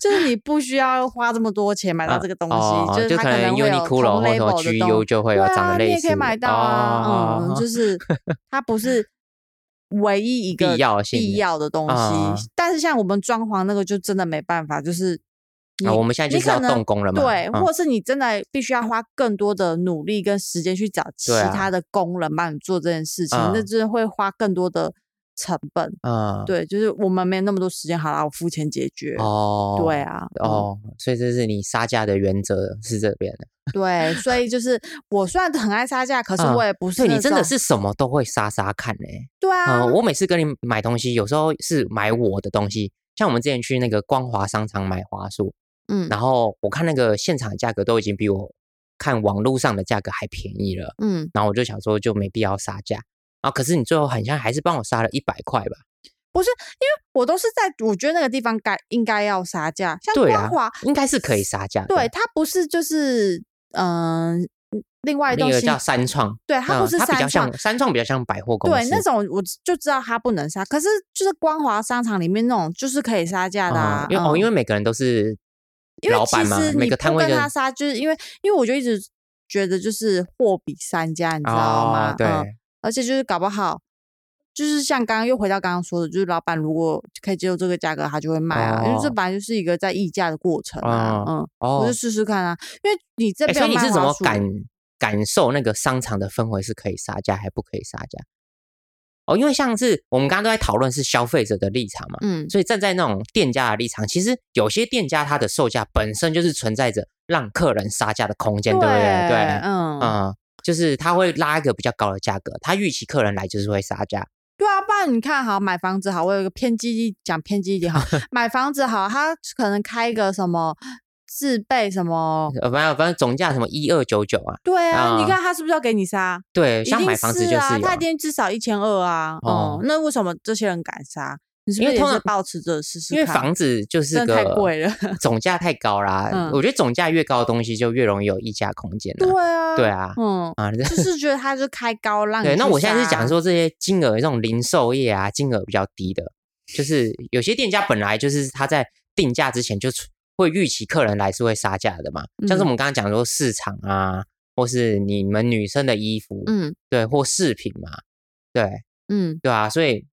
B: 就是你不需要花这么多 钱买到这个东
A: 哦
B: 西，是
A: 就
B: 它
A: 可能
B: 会有
A: Uniqlo
B: 同
A: 或
B: label
A: 什
B: 的
A: 么
B: 东西
A: GU 就会有
B: 对
A: 长
B: 啊
A: 得类
B: 你也可以
A: 似哦
B: 买到啊，嗯，就是它不是唯一一个
A: 必要性
B: 必
A: 的
B: 要的东
A: 啊
B: 西，但是像我们装潢那个就真的没办法，就是你
A: 啊，我们现在就
B: 你
A: 是要
B: 可能
A: 动工了嘛，
B: 对，
A: 嗯
B: 或是你真的必须要花更多的努力跟时间去找其
A: 对啊
B: 他的工人帮你做这件事情，那
A: 嗯
B: 就是会花更多的成本。
A: 嗯，
B: 对，就是我们没那么多时间，好啦，我付钱解决。
A: 哦，
B: 对啊，嗯
A: 哦，所以这是你杀价的原则是这边的，
B: 对，所以就是我虽然很爱杀价，可是
A: 嗯
B: 我也不是
A: 所以你
B: 那
A: 真的
B: 种
A: 是什么都会杀杀看嘞。
B: 对啊，
A: 嗯，我每次跟你买东西，有时候是买我的东西，像我们之前去那个光华商场买华数，
B: 嗯
A: 然后我看那个现场价格都已经比我看网络上的价格还便宜了，
B: 嗯，
A: 然后我就想说就没必要杀价啊。可是你最后好像还是帮我杀了一百块吧？
B: 不是，因为我都是在我觉得那个地方该应该要杀价，像
A: 对啊
B: 光华，，
A: 应该是可以杀价的。
B: 对，它不是就是嗯、另外一
A: 那
B: 栋
A: 个
B: 新
A: 叫三创，
B: 对，它不
A: 嗯
B: 是
A: 它比较
B: 三创
A: 像，三创比较像百货公司，
B: 对，那种我知就知道它不能杀，可是就是光华商场里面那种就是可以杀价的啊
A: 嗯，因为哦，因
B: 为
A: 为每个人都是
B: 因为
A: 老
B: 其
A: 板嘛
B: 实，
A: 每
B: 你
A: 个摊
B: 不
A: 位
B: 跟
A: 的
B: 他杀，就是因为因为我就一直觉得就是货比三家，你知道吗？
A: 哦，对，
B: 嗯而且就是搞不好，就是像刚刚又回到刚刚说的，就是老板如果可以接受这个价格，他就会卖啊，因为这
A: 哦
B: 本来就是一个在议价的过程啊，嗯，我
A: 哦
B: 就，试试看啊，因为你这
A: 哎，
B: 边
A: 所
B: 有
A: 以你
B: 卖
A: 是怎
B: 花
A: 么
B: 束
A: 感感受那个商场的氛围是可以杀价还不可以杀价？哦，因为像是我们刚刚都在讨论是消费者的立场嘛，
B: 嗯，
A: 所以站在那种店家的立场，其实有些店家它的售价本身就是存在着让客人杀价的空间，对不对？对，
B: 嗯，
A: 嗯，就是他会拉一个比较高的价格，他预期客人来就是会杀价，
B: 对啊，不然你看好买房子 好，我有一个偏激讲偏激一点好，买房子好，他可能开一个什么自备什么？
A: 呃，反正反正总价什么一二九九啊，
B: 对啊，你
A: 啊
B: 看他是不是要给你杀？
A: 对，
B: 一
A: 像
B: 定
A: 买房子就是有
B: 啊，他
A: 啊
B: 一定至少一千二啊。哦
A: 哦，
B: 那为什么这些人敢杀？你是不
A: 因
B: 是
A: 为
B: 也
A: 通
B: 是
A: 常
B: 保持着试试
A: 因为
B: 看
A: 房子就是
B: 真的
A: 个
B: 太贵了
A: 总价太高啦。
B: 嗯
A: 我觉得总价越高的东西就越容易有溢价空间、
B: 对啊，
A: 对，啊，
B: 嗯，
A: 啊，这
B: 就是觉得他就开 高让你
A: 对，那
B: 去
A: 我现在是
B: 杀
A: 讲说这些金额，这种零售业啊，金额比较低的，就是有些店家本来就是他在定价之前就出会预期客人来是会杀价的嘛，像是
B: 嗯
A: 我们刚刚讲说市场啊，或是你们女生的衣服，
B: 嗯
A: 对，或饰品嘛，对
B: 嗯，
A: 对啊，所以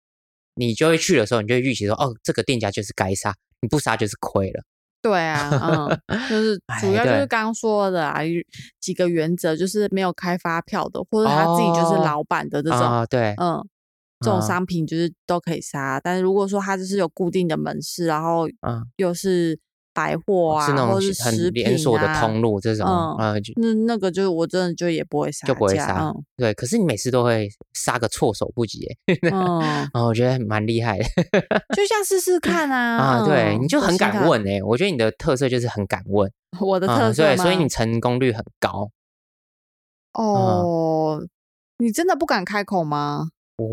A: 你就会去的时候，你就会预期说，哦，这个店家就是该杀，你不杀就是亏了。
B: 对啊， 嗯，就是主
A: 哎
B: 要就是
A: 对
B: 刚刚说的啊，一几个原则就是没有开发票的，或者他自己就是
A: 哦
B: 老板的这种，
A: 啊、对，
B: 嗯，这种
A: 啊
B: 商品就是都可以杀，但是如果说它就是有固定的门市，然后
A: 嗯，
B: 又是百货啊，
A: 哦是那
B: 或
A: 种
B: 是食
A: 很连
B: 品
A: 锁的
B: 啊
A: 通路这种，
B: 嗯
A: 呃，就
B: 那那个就我真的就也不会杀价，
A: 就不会杀
B: 嗯
A: 对，可是你每次都会杀个措手不及耶，
B: 嗯，
A: 然后哦我觉得蛮厉害的
B: 就像试试看啊，
A: 啊，对，
B: 嗯
A: 你就
B: 的
A: 很
B: 心态
A: 敢问哎，我觉得你的特色就是很敢问，
B: 我的特
A: 嗯，
B: 色
A: 对，
B: 吗？
A: 所以你嗯成功率很高。
B: 哦，你真的不敢开口吗？
A: 我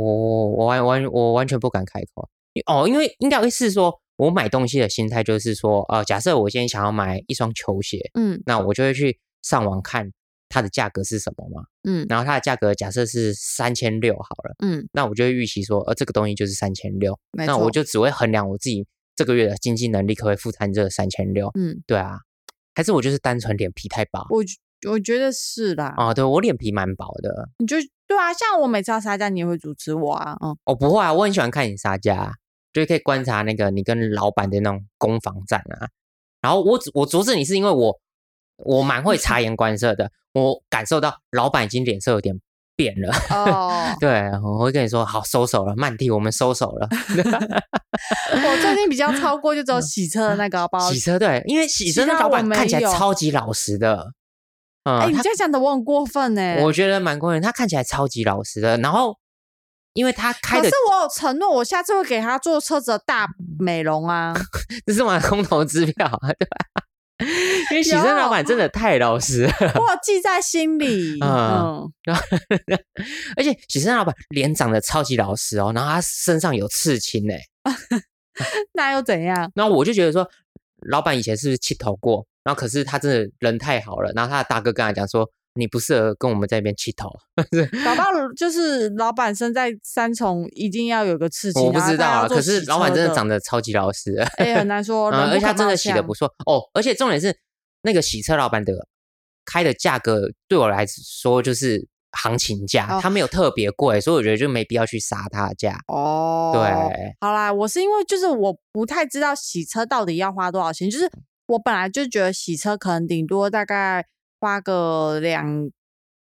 A: 我完完我完全不敢开口因哦，因为应该是说我买东西的心态就是说，呃，假设我今天想要买一双球鞋，
B: 嗯
A: 那我就会去上网看它的价格是什么嘛，
B: 嗯
A: 然后它的价格假设是三千六好了，
B: 嗯，
A: 那我就会预期说，呃，这个东西就是三千六，
B: 没
A: 那
B: 错，
A: 我就只会衡量我自己这个月的经济能力可不可以负担这三千六。
B: 嗯，
A: 对啊，还是我就是单纯脸皮太薄
B: 我觉我觉得是啦，
A: 啊、哦？对我脸皮蛮薄的。
B: 你就对啊，像我每次要杀价，你也会阻止我啊， 嗯，
A: 哦，不会啊，我很喜欢看你杀价、啊，就是可以观察那个你跟老板的那种攻防战啊。然后我只我阻止你是因为我我蛮会察言观色的，我感受到老板已经脸色有点变了。，
B: 哦
A: 对，我会跟你说，好，收手了，曼蒂，我们收手了。
B: 我最近比较超过就只有洗车的那个包。
A: 嗯洗车对，因为洗
B: 其
A: 车的
B: 他
A: 老
B: 我
A: 板看起来
B: 没有
A: 超级老实的，嗯，
B: 哎、你
A: 他
B: 这样讲的我很过分哎、
A: 我觉得蛮过分，他看起来超级老实的。然后，因为他开
B: 可
A: 的
B: 是我有承诺，我下次会给他做车子的大美容啊。
A: 这是玩空头支票啊，对吧？因为洗车老板真的太老实了，
B: 我有记在心里。
A: 啊
B: 嗯，
A: 而且洗车老板脸长得超级老实哦，然后他身上有刺青呢、
B: 那又怎样？
A: 然后我就觉得说，老板以前是不是气头过？然后可是他真的人太好了，然后他的大哥跟他讲说，你不适合跟我们在那边气头。
B: 搞不好就是老板身在三重，一定要有个刺青。
A: 我不
B: 然后
A: 知道
B: 他要
A: 啊，
B: 做
A: 可是
B: 洗
A: 老板
B: 车
A: 真
B: 的
A: 的长得超级老实的，
B: 哎、很难说。人
A: 嗯，而且
B: 不
A: 他
B: 可
A: 真
B: 貌
A: 的洗的
B: 相
A: 不错哦。而且重点是那个洗车老板的开的价格对我来说就是行情价，
B: 哦
A: 它没有特别贵，所以我觉得就没必要去杀它的价。
B: 哦。
A: 对，
B: 好啦，我是因为就是我不太知道洗车到底要花多少钱，就是我本来就觉得洗车可能顶多大概花个两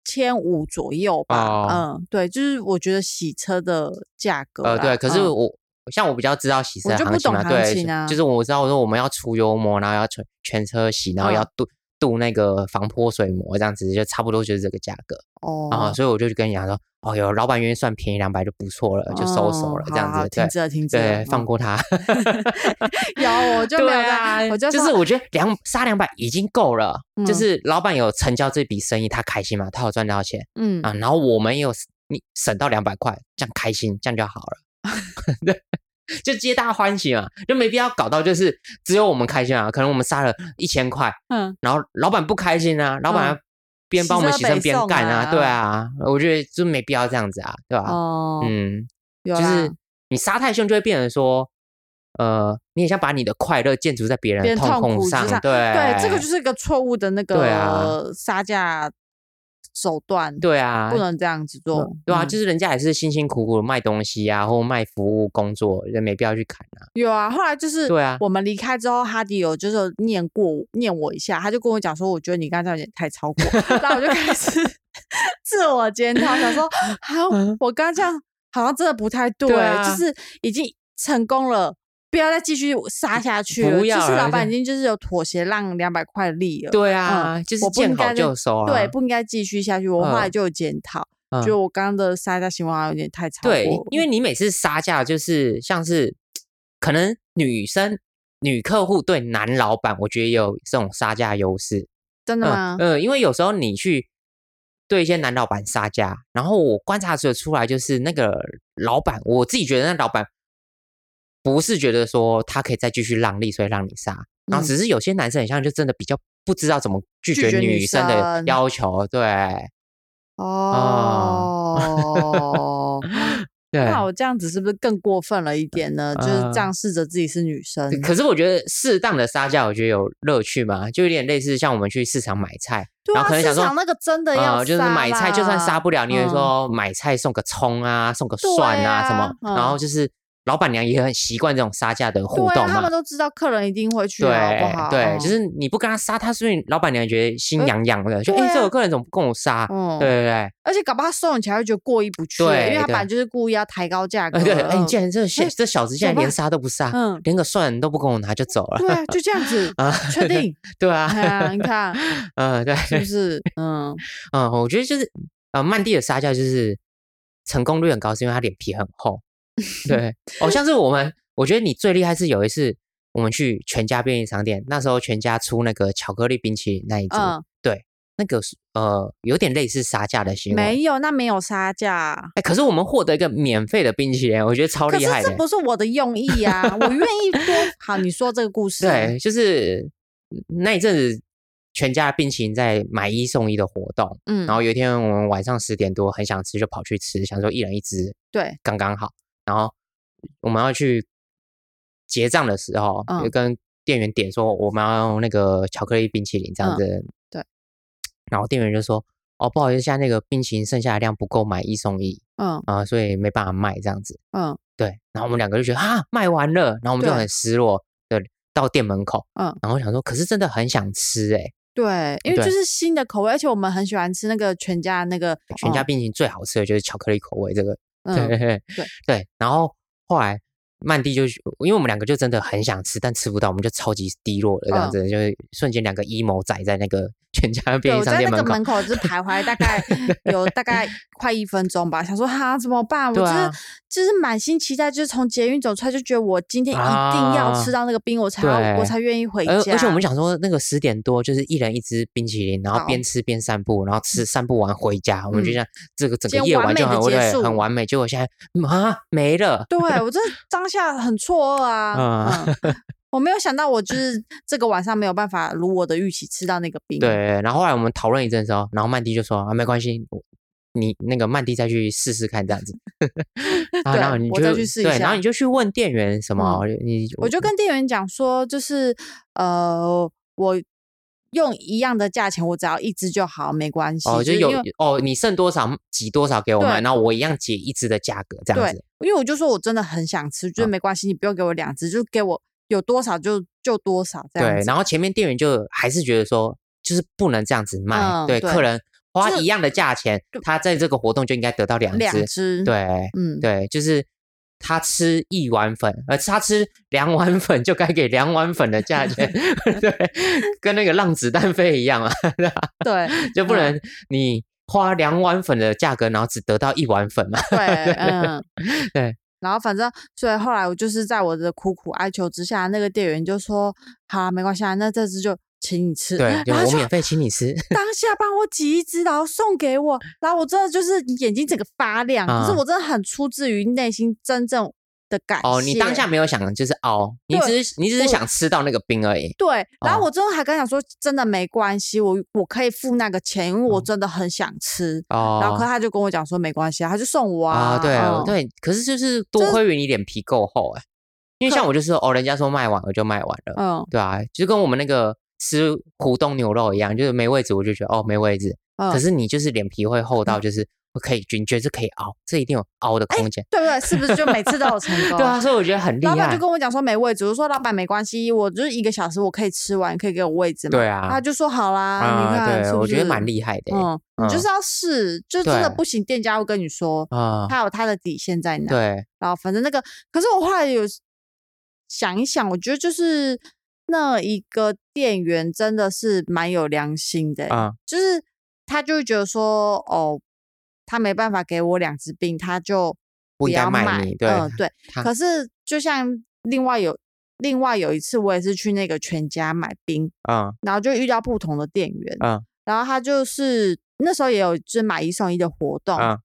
B: 千五左右吧。
A: 哦
B: 嗯，对，就是我觉得洗车的价格啦。
A: 呃，对，可是
B: 嗯
A: 我、像我比较知道洗车
B: 我
A: 的
B: 就不
A: 行情
B: 懂
A: 嘛，
B: 行
A: 对
B: 情，啊
A: 就是我知道说我们要除油膜，然后要全全车洗，然后要
B: 嗯
A: 镀镀那个防泼水膜，这样子就差不多就是这个价格
B: 哦
A: 啊、所以我就跟你讲说，哦哟，老板愿意算便宜两百就不错了，就收手
B: 嗯
A: 了，这
B: 好
A: 样
B: 好
A: 子，
B: 停
A: 对
B: 止了，停止了，
A: 对，放
B: 嗯
A: 过他。
B: 有我就没
A: 对
B: 有在，
A: 啊，
B: 我就
A: 就是
B: 说
A: 我觉得两杀两百已经够了，就
B: 嗯
A: 是老板有成交这笔生意，他开心嘛，他有赚到钱
B: 嗯
A: 啊，然后我们也有你省到两百块，这样开心，这样就好 了，对，就皆大欢喜嘛，就没必要搞到就是只有我们开心啊，可能我们杀了一千块，
B: 嗯，
A: 然后老板不开心啊，老板
B: 嗯
A: 边帮我们
B: 牺牲
A: 牺牲
B: 北
A: 边
B: 宋
A: 干
B: 啊
A: 啊，对啊，我觉得就没必要这样子啊，对吧？
B: 哦，
A: 嗯，
B: 有
A: 就是
B: 啦
A: 你杀太凶，就会变成说，呃，你也想把你的快乐建筑在别人
B: 别
A: 的
B: 人痛
A: 苦
B: 苦之
A: 上，
B: 上
A: 对
B: 对，这个就是是一个错误的那
A: 对啊
B: 个杀价手段，
A: 对啊
B: 不，能这样子做，
A: 对啊，
B: 嗯
A: 就是人家也是辛辛苦苦卖东西啊，或卖服务工作，也没必要去砍啊。
B: 有啊，后来就是
A: 对啊
B: 我们离开之后，哈迪有就是有念过我念我一下，他就跟我讲说，我觉得你刚才有点太超过，然后我就开始 自我检讨，想说，好、我刚刚这样好像真的不太对、
A: 嗯
B: 欸
A: 对啊
B: 就是已经成功了。不要再继续杀下去了，
A: 不要
B: 就是
A: 了
B: 老板
A: 就
B: 已经就是有妥协，让两百块利了。
A: 对啊，就是
B: 嗯我不应
A: 见
B: 该
A: 好
B: 再
A: 就收啊。
B: 对，不应该继续下去。我后来就有检讨，
A: 嗯
B: 觉得我刚刚的杀价行为好像有点太超过
A: 对
B: 了。，
A: 因为你每次杀价就是像是可能女生女客户对男老板，我觉得也有这种杀价优势。
B: 真的吗
A: 嗯？嗯，因为有时候你去对一些男老板杀价，然后我观察者出来，就是那个老板，我自己觉得那老板不是觉得说他可以再继续让利，所以让你杀，然后
B: 嗯
A: 只是有些男生很像就真的比较不知道怎么拒
B: 拒
A: 绝
B: 绝女
A: 女生的
B: 生
A: 要求，对啊
B: 哦，
A: 对。
B: 那我这样子是不是更过分了一点呢？就是
A: 呃
B: 仗势着自己是女生，
A: 可是我觉得适当的杀价，我觉得有乐趣嘛，就有点类似像我们去市场买菜，
B: 对
A: 然后
B: 啊，
A: 可能想
B: 市
A: 说
B: 场那个真的要
A: 啊、就是买菜就算杀不了，你也
B: 嗯
A: 说买菜送个葱啊，送个
B: 对
A: 蒜啊什么，
B: 啊
A: 然
B: 嗯
A: 后就是老板娘也很习惯这种杀价的互
B: 对啊，
A: 动
B: 他
A: 嘛
B: 们。都知道客人一定会去，
A: 对
B: 好不好？
A: 对，
B: 嗯
A: 就是你不跟他杀，他所以老板娘觉得心
B: 呃
A: 痒痒的，就
B: 对
A: 哎，这
B: 啊
A: 个客人怎么不跟我杀？
B: 嗯
A: 对对对，
B: 而且搞不好他送你起来会觉得过意不去，因
A: 对
B: 为他
A: 对
B: 本来就是故意要抬高价格。
A: 哎对，哎，你
B: 嗯
A: 竟然这小这小子竟然
B: 怎么
A: 连
B: 办
A: 杀都不杀，
B: 嗯，
A: 连个蒜都不跟我拿就走了，
B: 对啊，就这样子
A: 啊？
B: 确定？
A: 对啊，
B: 哎呀，你看
A: 嗯， 对，
B: 是不是？ 嗯，
A: 嗯，我觉得就是呃，曼蒂的杀价就是成功率很高，是因为他脸皮很 厚。对，哦，像是我们，我觉得你最厉害是有一次我们去全家便利商店，那时候全家出那个巧克力冰淇淋那一组，
B: 嗯
A: 对，那个是呃有点类似杀价的行为。
B: 没有，那没有杀价。
A: 哎，可是我们获得一个免费的冰淇淋，我觉得超
B: 可
A: 厉
B: 是
A: 害的
B: 这
A: 欸。
B: 不是我的用意呀、啊，我愿意多 好。你说这个故事，
A: 对，就是那一阵子全家冰淇淋在买一送一的活动，
B: 嗯
A: 然，后有一天我们晚上十点多很想吃，就跑去吃，想说一人一只，
B: 对，
A: 刚刚好。然后我们要去结账的时候，
B: 嗯
A: 就跟店员点说我们要那个巧克力冰淇淋这样
B: 嗯
A: 子。
B: 对。
A: 然后店员就说：“哦，不好意思，现在那个冰淇淋剩下的量不够买一送一
B: 嗯
A: 啊、所以没办法卖这样子。
B: 嗯”
A: 对。然后我们两个就觉得啊，卖完了，然后我们就
B: 对
A: 很失落。对，到店门口，
B: 嗯，
A: 然后想说，可是真的很想吃哎、
B: 对，因为
A: 对哦
B: 就是新的口味，而且我们很喜欢吃那个全家的那个
A: 全家冰淇淋最好吃的就是巧克力口味这个，
B: 嗯
A: 对
B: 嗯
A: 对对。然后后来曼蒂就去因为我们两个就真的很想吃，但吃不到，我们就超级低落了，这样
B: 嗯
A: 子、就是瞬间两个 emo 仔在那个 全家
B: 对，
A: 便利
B: 我
A: 商
B: 在
A: 店
B: 那
A: 门
B: 个
A: 口。
B: 门口就是徘徊，大 概有大概快一分钟吧。想说哈怎么办？我
A: 对
B: 就是、
A: 啊
B: 就是满心期待，就是从捷运走出来，就觉得我今天一定要
A: 啊
B: 吃到那个冰，我才要
A: 对
B: 我才愿意回
A: 而
B: 家。
A: 而且我们想说，那个十点多就是一人一只冰淇淋，然后
B: 好
A: 边吃边散步，然后吃散步完回家，我们就
B: 嗯
A: 这样这个整
B: 今
A: 个
B: 天
A: 夜
B: 完
A: 晚就
B: 美地
A: 很
B: 结
A: 对
B: 束
A: 很完美。结果现在嗯啊没了，
B: 对我真的当下很错愕啊。
A: 嗯
B: 嗯 我没有想到，我就是这个晚上没有办法如我的预期吃到那个冰。
A: 对，然后后来我们讨论一阵之后，然后曼蒂就说啊，没关系，我你那个曼蒂再去试试看这样子。 啊，
B: 对
A: 然后你
B: 我
A: 就
B: 再去试一
A: 对，然后
B: 下嗯
A: 你就去问店员什么，你
B: 我就跟店员讲说，就是呃，我用一样的价钱，我只要一只就好，没关系。
A: 哦就是有
B: 因为
A: 哦，你剩多少挤多少给我们，
B: 对
A: 然后我一样解一只的价格这样
B: 对
A: 子。，
B: 因为我就说我真的很想吃，就是
A: 嗯
B: 没关系，你不用给我两只，就给我有多少就就多少这样
A: 对，
B: 子。
A: 然后前面店员就还是觉得说，就是不能这样子卖，
B: 嗯
A: 对
B: 对
A: 客人花
B: 这
A: 一样的价钱，他在这个活动就应该得到两只，
B: 两只，，
A: 对。
B: 嗯，
A: 对，就是他吃一碗粉，呃，他吃两碗粉就该给两碗粉的价 钱，对，跟那个浪子弹飞一样啊，
B: 对
A: 就不
B: 嗯
A: 能你花两碗粉的价格，然后只得到一碗粉嘛，
B: 对，嗯，
A: 对。
B: 然后反正，所以后来我就是在我的苦苦哀求之下，那个店员就说：“好啊，没关系啊，那这只就请你吃。”
A: 对，就
B: 然后
A: 我
B: 就
A: 免费请你 吃，
B: 当下帮我挤一只，然后送给我，然后我真的就是眼睛整个发亮，可是
A: 嗯啊
B: 我真的很出自于内心真正的感谢。
A: 哦，你当下没有想就是哦，你
B: 对
A: 只是你只是
B: 我
A: 想吃到那个冰而已，
B: 对，然后
A: 哦
B: 我真的还跟他讲说，真的没关系，我我可以付那个钱，因为我真的很想吃。
A: 嗯哦，
B: 然后可他就跟我讲说没关系啊，他就送我啊。
A: 啊，对
B: 嗯
A: 对，可是就是多亏于你脸皮够厚哎、因为像我就是哦，人家说卖完我就卖完了，
B: 嗯
A: 对啊，就跟我们那个吃湖东牛肉一样，就是没位置我就觉得哦没位置，
B: 嗯，
A: 可是你就是脸皮会厚到就是我可以，你觉得这可以熬，这一定有熬的空间，
B: 对不对？是不是就每次都 有成功？
A: 对啊，。所以我觉得很厉
B: 老板
A: 害
B: 就，跟我讲说没位置，我说老板没关系，我就是一个小时我可以吃完，可以给我位置嘛。
A: 对啊
B: 他就说好啦，你看
A: 对，
B: 是不
A: 我觉得
B: 是
A: 蛮厉害的欸
B: 嗯，你就是要试，就真的
A: 对
B: 不行，店家会跟你说
A: 啊，
B: 他有他的底线在哪。
A: 对，
B: 然后反正那个，可是我后来有想一想，我觉得就是那一个店员真的是蛮有良心的欸、
A: 啊
B: 就是他就会觉得说，哦，他没办法给我两只冰，他就
A: 不应该
B: 要
A: 卖
B: 卖
A: 你对
B: 嗯，对。
A: 他
B: 可是就像另外有另外有一次我也是去那个全家买冰，
A: 啊
B: 然后就遇到不同的店员，
A: 啊
B: 然后他就是那时候也有就是买一送一的活动，
A: 啊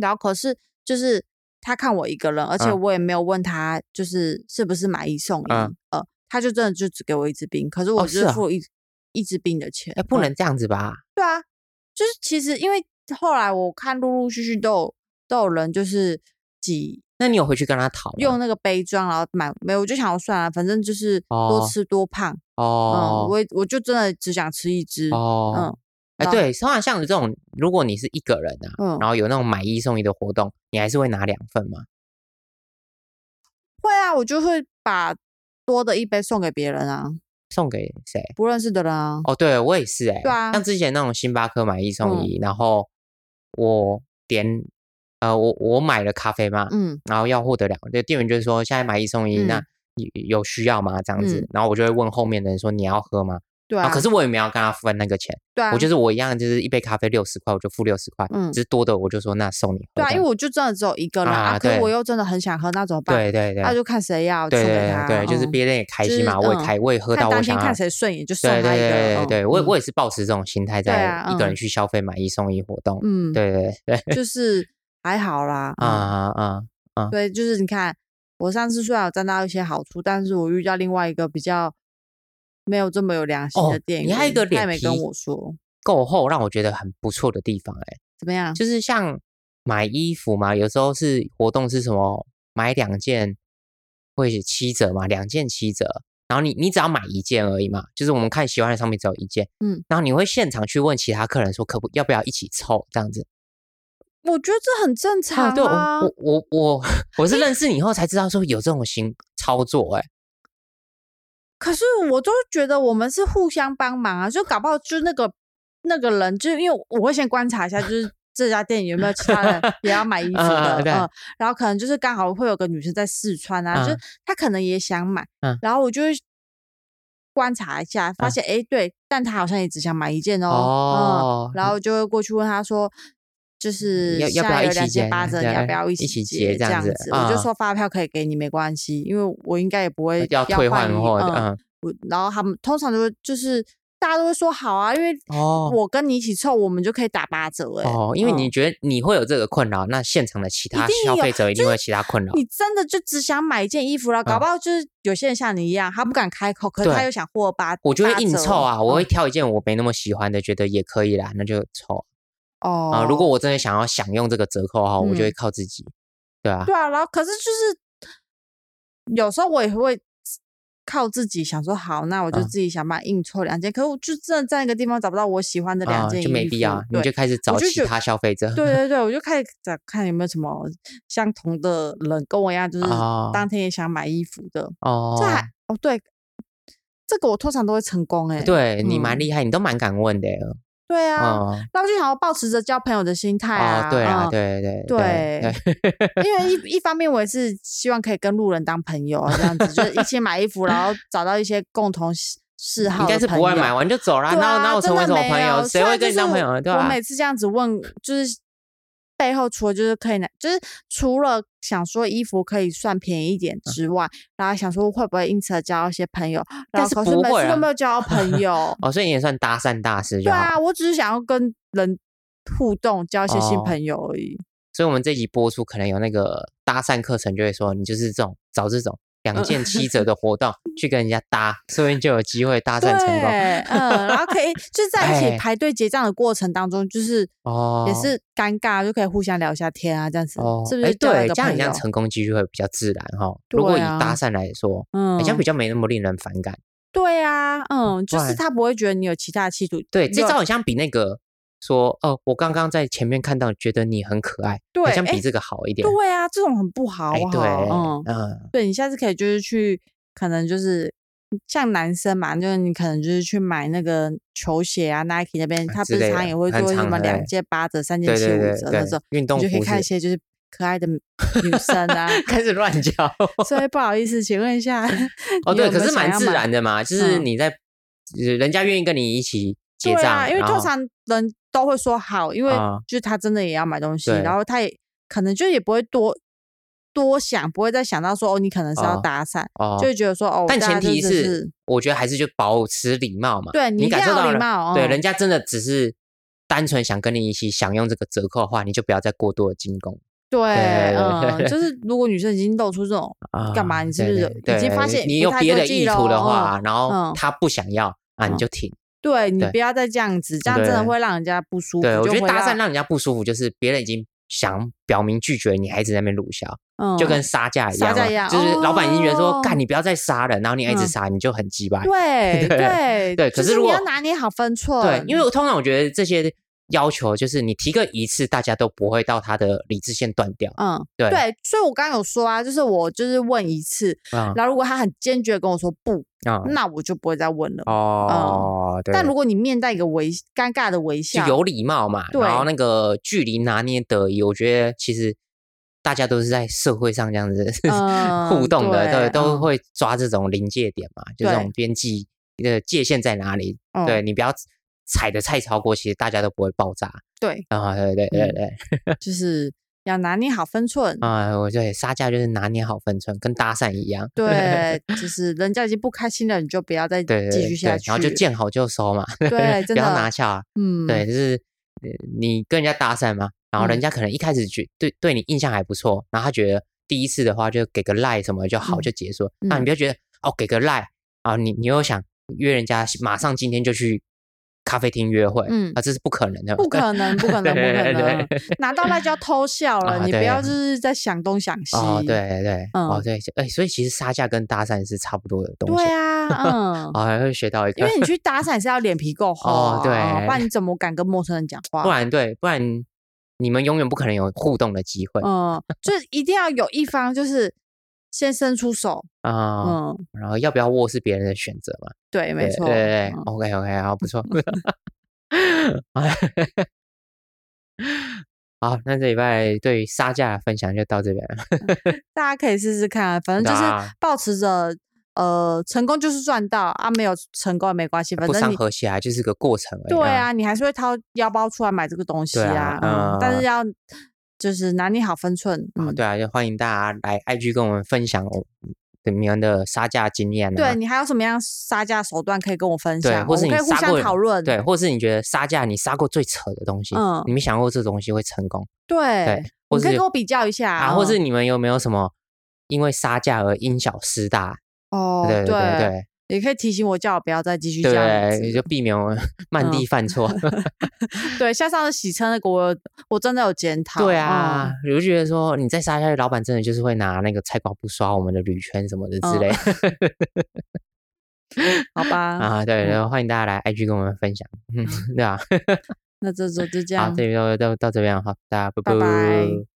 B: 然后可是就是他看我一个人，而且
A: 嗯
B: 我也没有问他就是是不是买一送一，
A: 嗯
B: 呃，他就真的就只给我一支冰，可是
A: 哦
B: 我就是
A: 啊
B: 付一、一支冰的钱，
A: 哎，不
B: 嗯
A: 能这样子吧？
B: 对啊，就是其实因为后来我看陆陆续续都有都有人就是挤
A: 那你有回去跟他讨吗
B: 用那个杯装，然后买没有，我就想要算了，反正就是多
A: 哦
B: 吃多胖，嗯，
A: 哦
B: 我也我就真的只想吃一支，
A: 哦
B: 嗯，
A: 哎，
B: 然后
A: 对，通常像这种，如果你是一个人啊，
B: 嗯
A: 然后有那种买一送一的活动，你还是会拿两份吗？
B: 会啊，我就会把多的一杯送给别人啊，
A: 送给谁？
B: 不认识的人啊，
A: 哦，对我也是哎、
B: 对啊嗯
A: 像之前那种星巴克买一送一，然后我点呃我我买了咖啡嘛，
B: 嗯
A: 然后要获得两个，就店员就说现在买一送一，那
B: 嗯
A: 有有需要吗？这样子，
B: 嗯
A: 然后我就会问后面的人说你要喝吗？
B: 对
A: 哦
B: 啊，
A: 然后可是我也没有跟他分那个钱，
B: 对啊，
A: 我就是我一样就是一杯咖啡六十块，我就付六十块，
B: 嗯
A: 只是多的我就说那送你喝
B: 对
A: 这样。
B: 啊，因为我就真的只有一个人啊，
A: 啊
B: 可是我
A: 对
B: 又真的很想喝，那怎么办？
A: 对对对，
B: 那就看谁要
A: 对
B: 送
A: 对
B: 给他
A: 对，
B: 啊，
A: 对就是
B: 嗯
A: 别人也开心
B: 就是
A: 嘛，我也
B: 嗯
A: 开，我也喝
B: 看
A: 到我
B: 当天
A: 想要
B: 看。谁顺眼就送
A: 对对
B: 他一个，
A: 对对
B: 嗯
A: 对，我也
B: 嗯
A: 我也是保持这种心态，
B: 对
A: 在
B: 啊
A: 一个人
B: 嗯
A: 去消费买一送一活动。
B: 嗯，
A: 对对对，
B: 就是还 好啦，
A: 啊
B: 啊、
A: 啊啊！
B: 对，就是你看，我上次虽然有占到一些好处，但是我遇到另外一个比较没有这么有良心
A: 哦
B: 的店员，
A: 你还有一个
B: 他也
A: 脸
B: 没跟
A: 皮
B: 我说
A: 够厚让我觉得很不错的地方、欸，
B: 怎么样，
A: 就是像买衣服嘛，有时候是活动是什么，买两件会写七折嘛，两件七折，然后你你只要买一件而已嘛，就是我们看喜欢的商品只有一件，
B: 嗯，
A: 然后你会现场去问其他客人说可不要不要一起凑这样子，
B: 我觉得这很正常
A: 哦对我
B: 啊。
A: 我我我我是认识你以后才知道说有这种行操作、欸，哎，
B: 可是我都觉得我们是互相帮忙啊，就搞不好就那个那个人，就是因为我会先观察一下，就是 这家店有没有其他人也要买衣服
A: 啊
B: 的，
A: 对
B: 嗯，然后可能就是刚好会有个女生在试穿啊，
A: 啊
B: 就是她可能也想买，
A: 嗯
B: 然后我就会观察一下，发
A: 啊
B: 现诶对，但她好像也只想买一件哦，
A: 哦嗯
B: 嗯，然后就会过去问她说。就是
A: 要要
B: 现
A: 不
B: 在
A: 要一
B: 有两
A: 起
B: 件
A: 结
B: 八折，你要
A: 对
B: 不要一
A: 一
B: 起
A: 起
B: 结
A: 结这样
B: 子
A: 子？
B: 我就
A: 啊
B: 说发票可以给你，没关系，因为我应该也不会
A: 要退换
B: 换你
A: 货的，
B: 嗯
A: 嗯，
B: 我然后他们通常都会就是大家都会说好啊，因为
A: 哦
B: 我跟你一起凑，我们就可以打八折哎、
A: 哦，因为
B: 嗯
A: 你觉得你会有这个困扰，那现场的其他
B: 定
A: 消
B: 有
A: 费者一定
B: 就
A: 会
B: 是
A: 有其他困扰。
B: 欸你真的就只想买一件衣服了，
A: 嗯
B: 搞不好就是有些人像你一样，他不敢开口，可是
A: 对
B: 他又想获八，
A: 我就会
B: 八
A: 硬
B: 折
A: 凑啊，我会
B: 嗯
A: 挑一件我没那么喜欢的，觉得也可以啦，那就凑
B: 哦、
A: 啊。如果我真的想要享用这个折扣哈，我就会
B: 嗯
A: 靠自己。对啊，
B: 对啊，然后可是就是有时候我也会靠自己想说好，那我就
A: 嗯
B: 自己想办法硬凑两件，可是我就真的在那个地方找不到我喜欢的两
A: 啊
B: 件衣服，
A: 就没必要，你
B: 对
A: 就开始找
B: 就
A: 其
B: 觉
A: 他消费者。
B: 对对对，我就开始找看有没有什么相同的人跟我一样，就是
A: 哦
B: 当天也想买衣服的。
A: 哦啊
B: 这，还哦对，这个我通常都会成功哎、
A: 对你蛮
B: 嗯
A: 厉害，你都蛮敢问的欸。
B: 对啊，
A: 嗯，
B: 那、我就想要保持着交朋友的心态
A: 哦，
B: 啊。
A: 对啦，
B: 嗯
A: 对对
B: 对
A: 对，
B: 因为一一方面我也是希望可以跟路人当朋友啊，这样子就是一起买衣服，然后找到一些共同喜嗜好
A: 应
B: 的
A: 该是
B: 朋友。
A: 不会买完就走啦。
B: 对
A: 那
B: 啊，
A: 我那我
B: 真
A: 成为
B: 的
A: 什么
B: 没
A: 朋友？
B: 有
A: 谁
B: 虽然
A: 会
B: 就
A: 跟你当
B: 是
A: 朋友？对啊
B: 我
A: 吧？
B: 每次这样子问，就是背后除了就是可以拿，就是除了想说衣服可以算便宜一点
A: 嗯
B: 之外，然后想说会不会因此而交到一些朋友，
A: 但
B: 然后
A: 是
B: 可是
A: 不
B: 每
A: 会
B: 次都
A: 啊
B: 没 有交到朋友。
A: 哦，所以你也算搭讪大师就
B: 对
A: 好。
B: 啊，我只是想要跟人互动，交一些新
A: 哦
B: 朋友而已。
A: 所以我们这集播出可能有那个搭讪课程，就会说你就是这种找这种
B: 嗯
A: 两件七 折的活动去跟人家搭，说不定就有机会搭
B: 对
A: 讪，成功。
B: 嗯，然后 可以就是在一起
A: 哎
B: 排队结账的过程当中，就是
A: 哦，
B: 也是尴尬，就可以互相聊一下天啊，这样子
A: 哦，
B: 是不
A: 哎
B: 是交了一
A: 对，
B: 个
A: 这样
B: 朋
A: 你这
B: 友
A: 样？成功几率会比较自然哈、如果以
B: 对啊
A: 搭讪来说，
B: 嗯
A: 好像比较没那么令人反感。
B: 对啊，嗯，就
A: 不
B: 是
A: 然
B: 他不会觉得你有其他的企图。
A: 哦对，这
B: 有
A: 招好像比那个说哦，我刚刚在前面看到，觉得你很可爱，
B: 对
A: 好像
B: 哎
A: 比这个好一点。
B: 对啊，这种很不好，
A: 哎
B: 好不
A: 对，
B: 好？嗯，
A: 嗯，
B: 对你下次可以就是去，可能就是像男生嘛，就是你可能就是去买那个球鞋啊，Nike 那边，
A: 啊
B: 他不
A: 之
B: 是
A: 类
B: 常
A: 的
B: 也会
A: 很
B: 做什
A: 常
B: 么
A: 的
B: 两
A: 哎
B: 件八折、三件
A: 对
B: 七
A: 对
B: 五
A: 对
B: 折那
A: 对
B: 种，，
A: 运
B: 你
A: 动
B: 就可以
A: 服
B: 看一
A: 是
B: 些就是可爱的女生啊。
A: 开始乱 叫。，
B: 所以不好意思，请问一下
A: 哦，
B: 你
A: 对，
B: 有
A: 可
B: 没有
A: 是
B: 想
A: 蛮
B: 要
A: 自
B: 买
A: 然的嘛，就是
B: 嗯
A: 你在，呃人家愿意跟你一起结
B: 对
A: 账，
B: 啊，因为
A: 然
B: 通
A: 后
B: 常人都会说好，因为
A: 啊
B: 就是他真的也要买东西，
A: 对
B: 然后他也可能就也不会多多想，不会再想到说哦，你可能是要
A: 哦
B: 搭讪，
A: 哦
B: 就，会觉得说哦，
A: 但
B: 大
A: 前
B: 家就
A: 提
B: 只是
A: 是，我觉得还是就保持礼貌嘛。
B: 对你一
A: 你
B: 定
A: 感受
B: 要
A: 到
B: 有礼
A: 了，
B: 貌，
A: 对，
B: 嗯
A: 人家真的只是单纯想跟你一起享用这个折扣的话，你就不要再过多的进攻
B: 对，
A: 对
B: 嗯， 就是如果女生已经露出这种
A: 啊。
B: 干嘛你是不
A: 对
B: 是
A: 对
B: 已经
A: 对
B: 发现
A: 你
B: 不
A: 有
B: 太
A: 别
B: 对
A: 的
B: 劲
A: 意图的
B: 咯
A: 话
B: 嗯，
A: 然后
B: 嗯
A: 他不想要啊，你就停。
B: 对你
A: 对嗯
B: 不要再这样子，这样真的会让人家不舒服。
A: 对，我
B: 就
A: 觉得
B: 会
A: 搭讪
B: 让
A: 让人家不舒服，就是别人已经想表明拒绝，你还一直在那边鲁笑，
B: 嗯
A: 就 跟杀价一
B: 杀
A: 样
B: 价
A: 嘛，
B: 一样
A: 就是老板已经觉得
B: 哦
A: 说，干你不要再杀了，然后你还一直
B: 嗯
A: 杀，你就很鸡巴。
B: 对
A: 对
B: 对
A: 对可
B: 就是
A: 如
B: 你
A: 果
B: 要拿捏好分寸，
A: 对，因为我通常我觉得这些要求就是你提个一次，大家都不会到他的理智线断掉。
B: 嗯
A: 对
B: 对，所以我刚刚有说啊，就是我就是问一次，
A: 啊
B: 然后如果他很坚决地跟我说不，
A: 啊
B: 那我就不会再问了。
A: 哦，对，
B: 但如果你面带一个微尴尬的微
A: 就
B: 笑，
A: 有礼貌嘛，
B: 对
A: 然后那个距离拿捏得宜，我觉得其实大家都是在社会上这样子
B: 嗯
A: 互动的，
B: 对
A: 对，都
B: 嗯
A: 会抓这种临界点嘛，就这
B: 对
A: 种边际的界限在哪里？
B: 嗯
A: 对你不要踩的太超过，其实大家都不会爆炸
B: 对，
A: 啊，对对对
B: 嗯
A: 对
B: 就是要拿捏好分寸。
A: 啊，我觉得杀价就是拿捏好分寸，跟搭讪一样。
B: 对，就是人家已经不开心了，你就不要再
A: 对对
B: 继续
A: 对
B: 下
A: 对
B: 去，
A: 然后就见好就收嘛，
B: 对真
A: 不要
B: 的
A: 拿翘啊。
B: 嗯，
A: 对，就是呃你跟人家搭讪嘛，然后人
B: 嗯
A: 家可能一开始觉对对你印象还不错，然后他觉得第一次的话就给个赖什么就好
B: 嗯
A: 就结束，那
B: 嗯
A: 你不要觉得哦给个赖啊，你你又想约人家马上今天就去咖啡厅约会，
B: 嗯
A: 啊这是不可能的嘛，
B: 不可能，不可能，不可
A: 对
B: 能，拿到那就要偷笑了，
A: 啊
B: 你不
A: 对
B: 要就是在想东想西。
A: 哦对对，哦
B: 嗯
A: 对，哎所以其实杀价跟搭讪是差不多的东西
B: 对，啊，嗯，
A: 哦还会学到一
B: 因
A: 个
B: 为，你去搭讪是要脸皮够厚
A: 哦
B: 啊，
A: 对
B: 不然你怎么敢跟陌生人讲话
A: 不？然对不然你们永远不可能有互动的机会
B: 嗯，就是一定要有一方就是先伸出手，
A: 啊，
B: 嗯，
A: 然后要不要握是别人的选择嘛。
B: 对，没
A: 对
B: 错，
A: 对对
B: 嗯
A: ，OK OK，好，不 错。 好，那这礼拜对于杀价的分享就到这边了。
B: 大家可以试试看啊，反正就是
A: 那
B: 保持着。呃，成功就是赚到啊，没有成功也没关系，反
A: 不
B: 正
A: 上
B: 你
A: 和谐啊，就是个过程而已。
B: 对，啊，你还是会掏腰包出来买这个东西
A: 对
B: 啊
A: 啊，
B: 嗯，但
A: 嗯
B: 是要就是拿捏好分寸，
A: 啊
B: 嗯，
A: 对啊，就欢迎大家来 IG 跟我们分享我你们的杀价经验
B: 对
A: 啊。
B: 你还有什么样杀价手段可以跟我分
A: 对
B: 享？啊
A: 或
B: 我
A: 是
B: 们
A: 你
B: 可以互
A: 杀
B: 相
A: 过
B: 讨论。
A: 对，或是你觉得杀价你杀过最扯的东西，
B: 嗯
A: 你没想过这东西会成功，
B: 对
A: 对，
B: 你
A: 或
B: 可以
A: 是
B: 跟我比较一下
A: 啊，或是
B: 嗯
A: 你们有没有什么因为杀价而因小失大？
B: 哦，
A: 对对对。
B: 也可以提醒我，叫我不要再继续这
A: 对
B: 样
A: 对，
B: 子
A: 你就避免我们
B: 嗯
A: 漫地犯错。
B: 对，像上次洗车那个，我我真的有检讨。
A: 对
B: 嗯
A: 啊，，我就觉得说你在沙下去，老板真的就是会拿那个菜瓜布刷我们的铝圈什么的之类
B: 好吧，
A: 啊。对，然后欢迎大家来 IG 跟我们分享，嗯，对啊。
B: 那这周就这
A: 好，
B: 样
A: 这。里就到到这边了哈，大家拜
B: 拜拜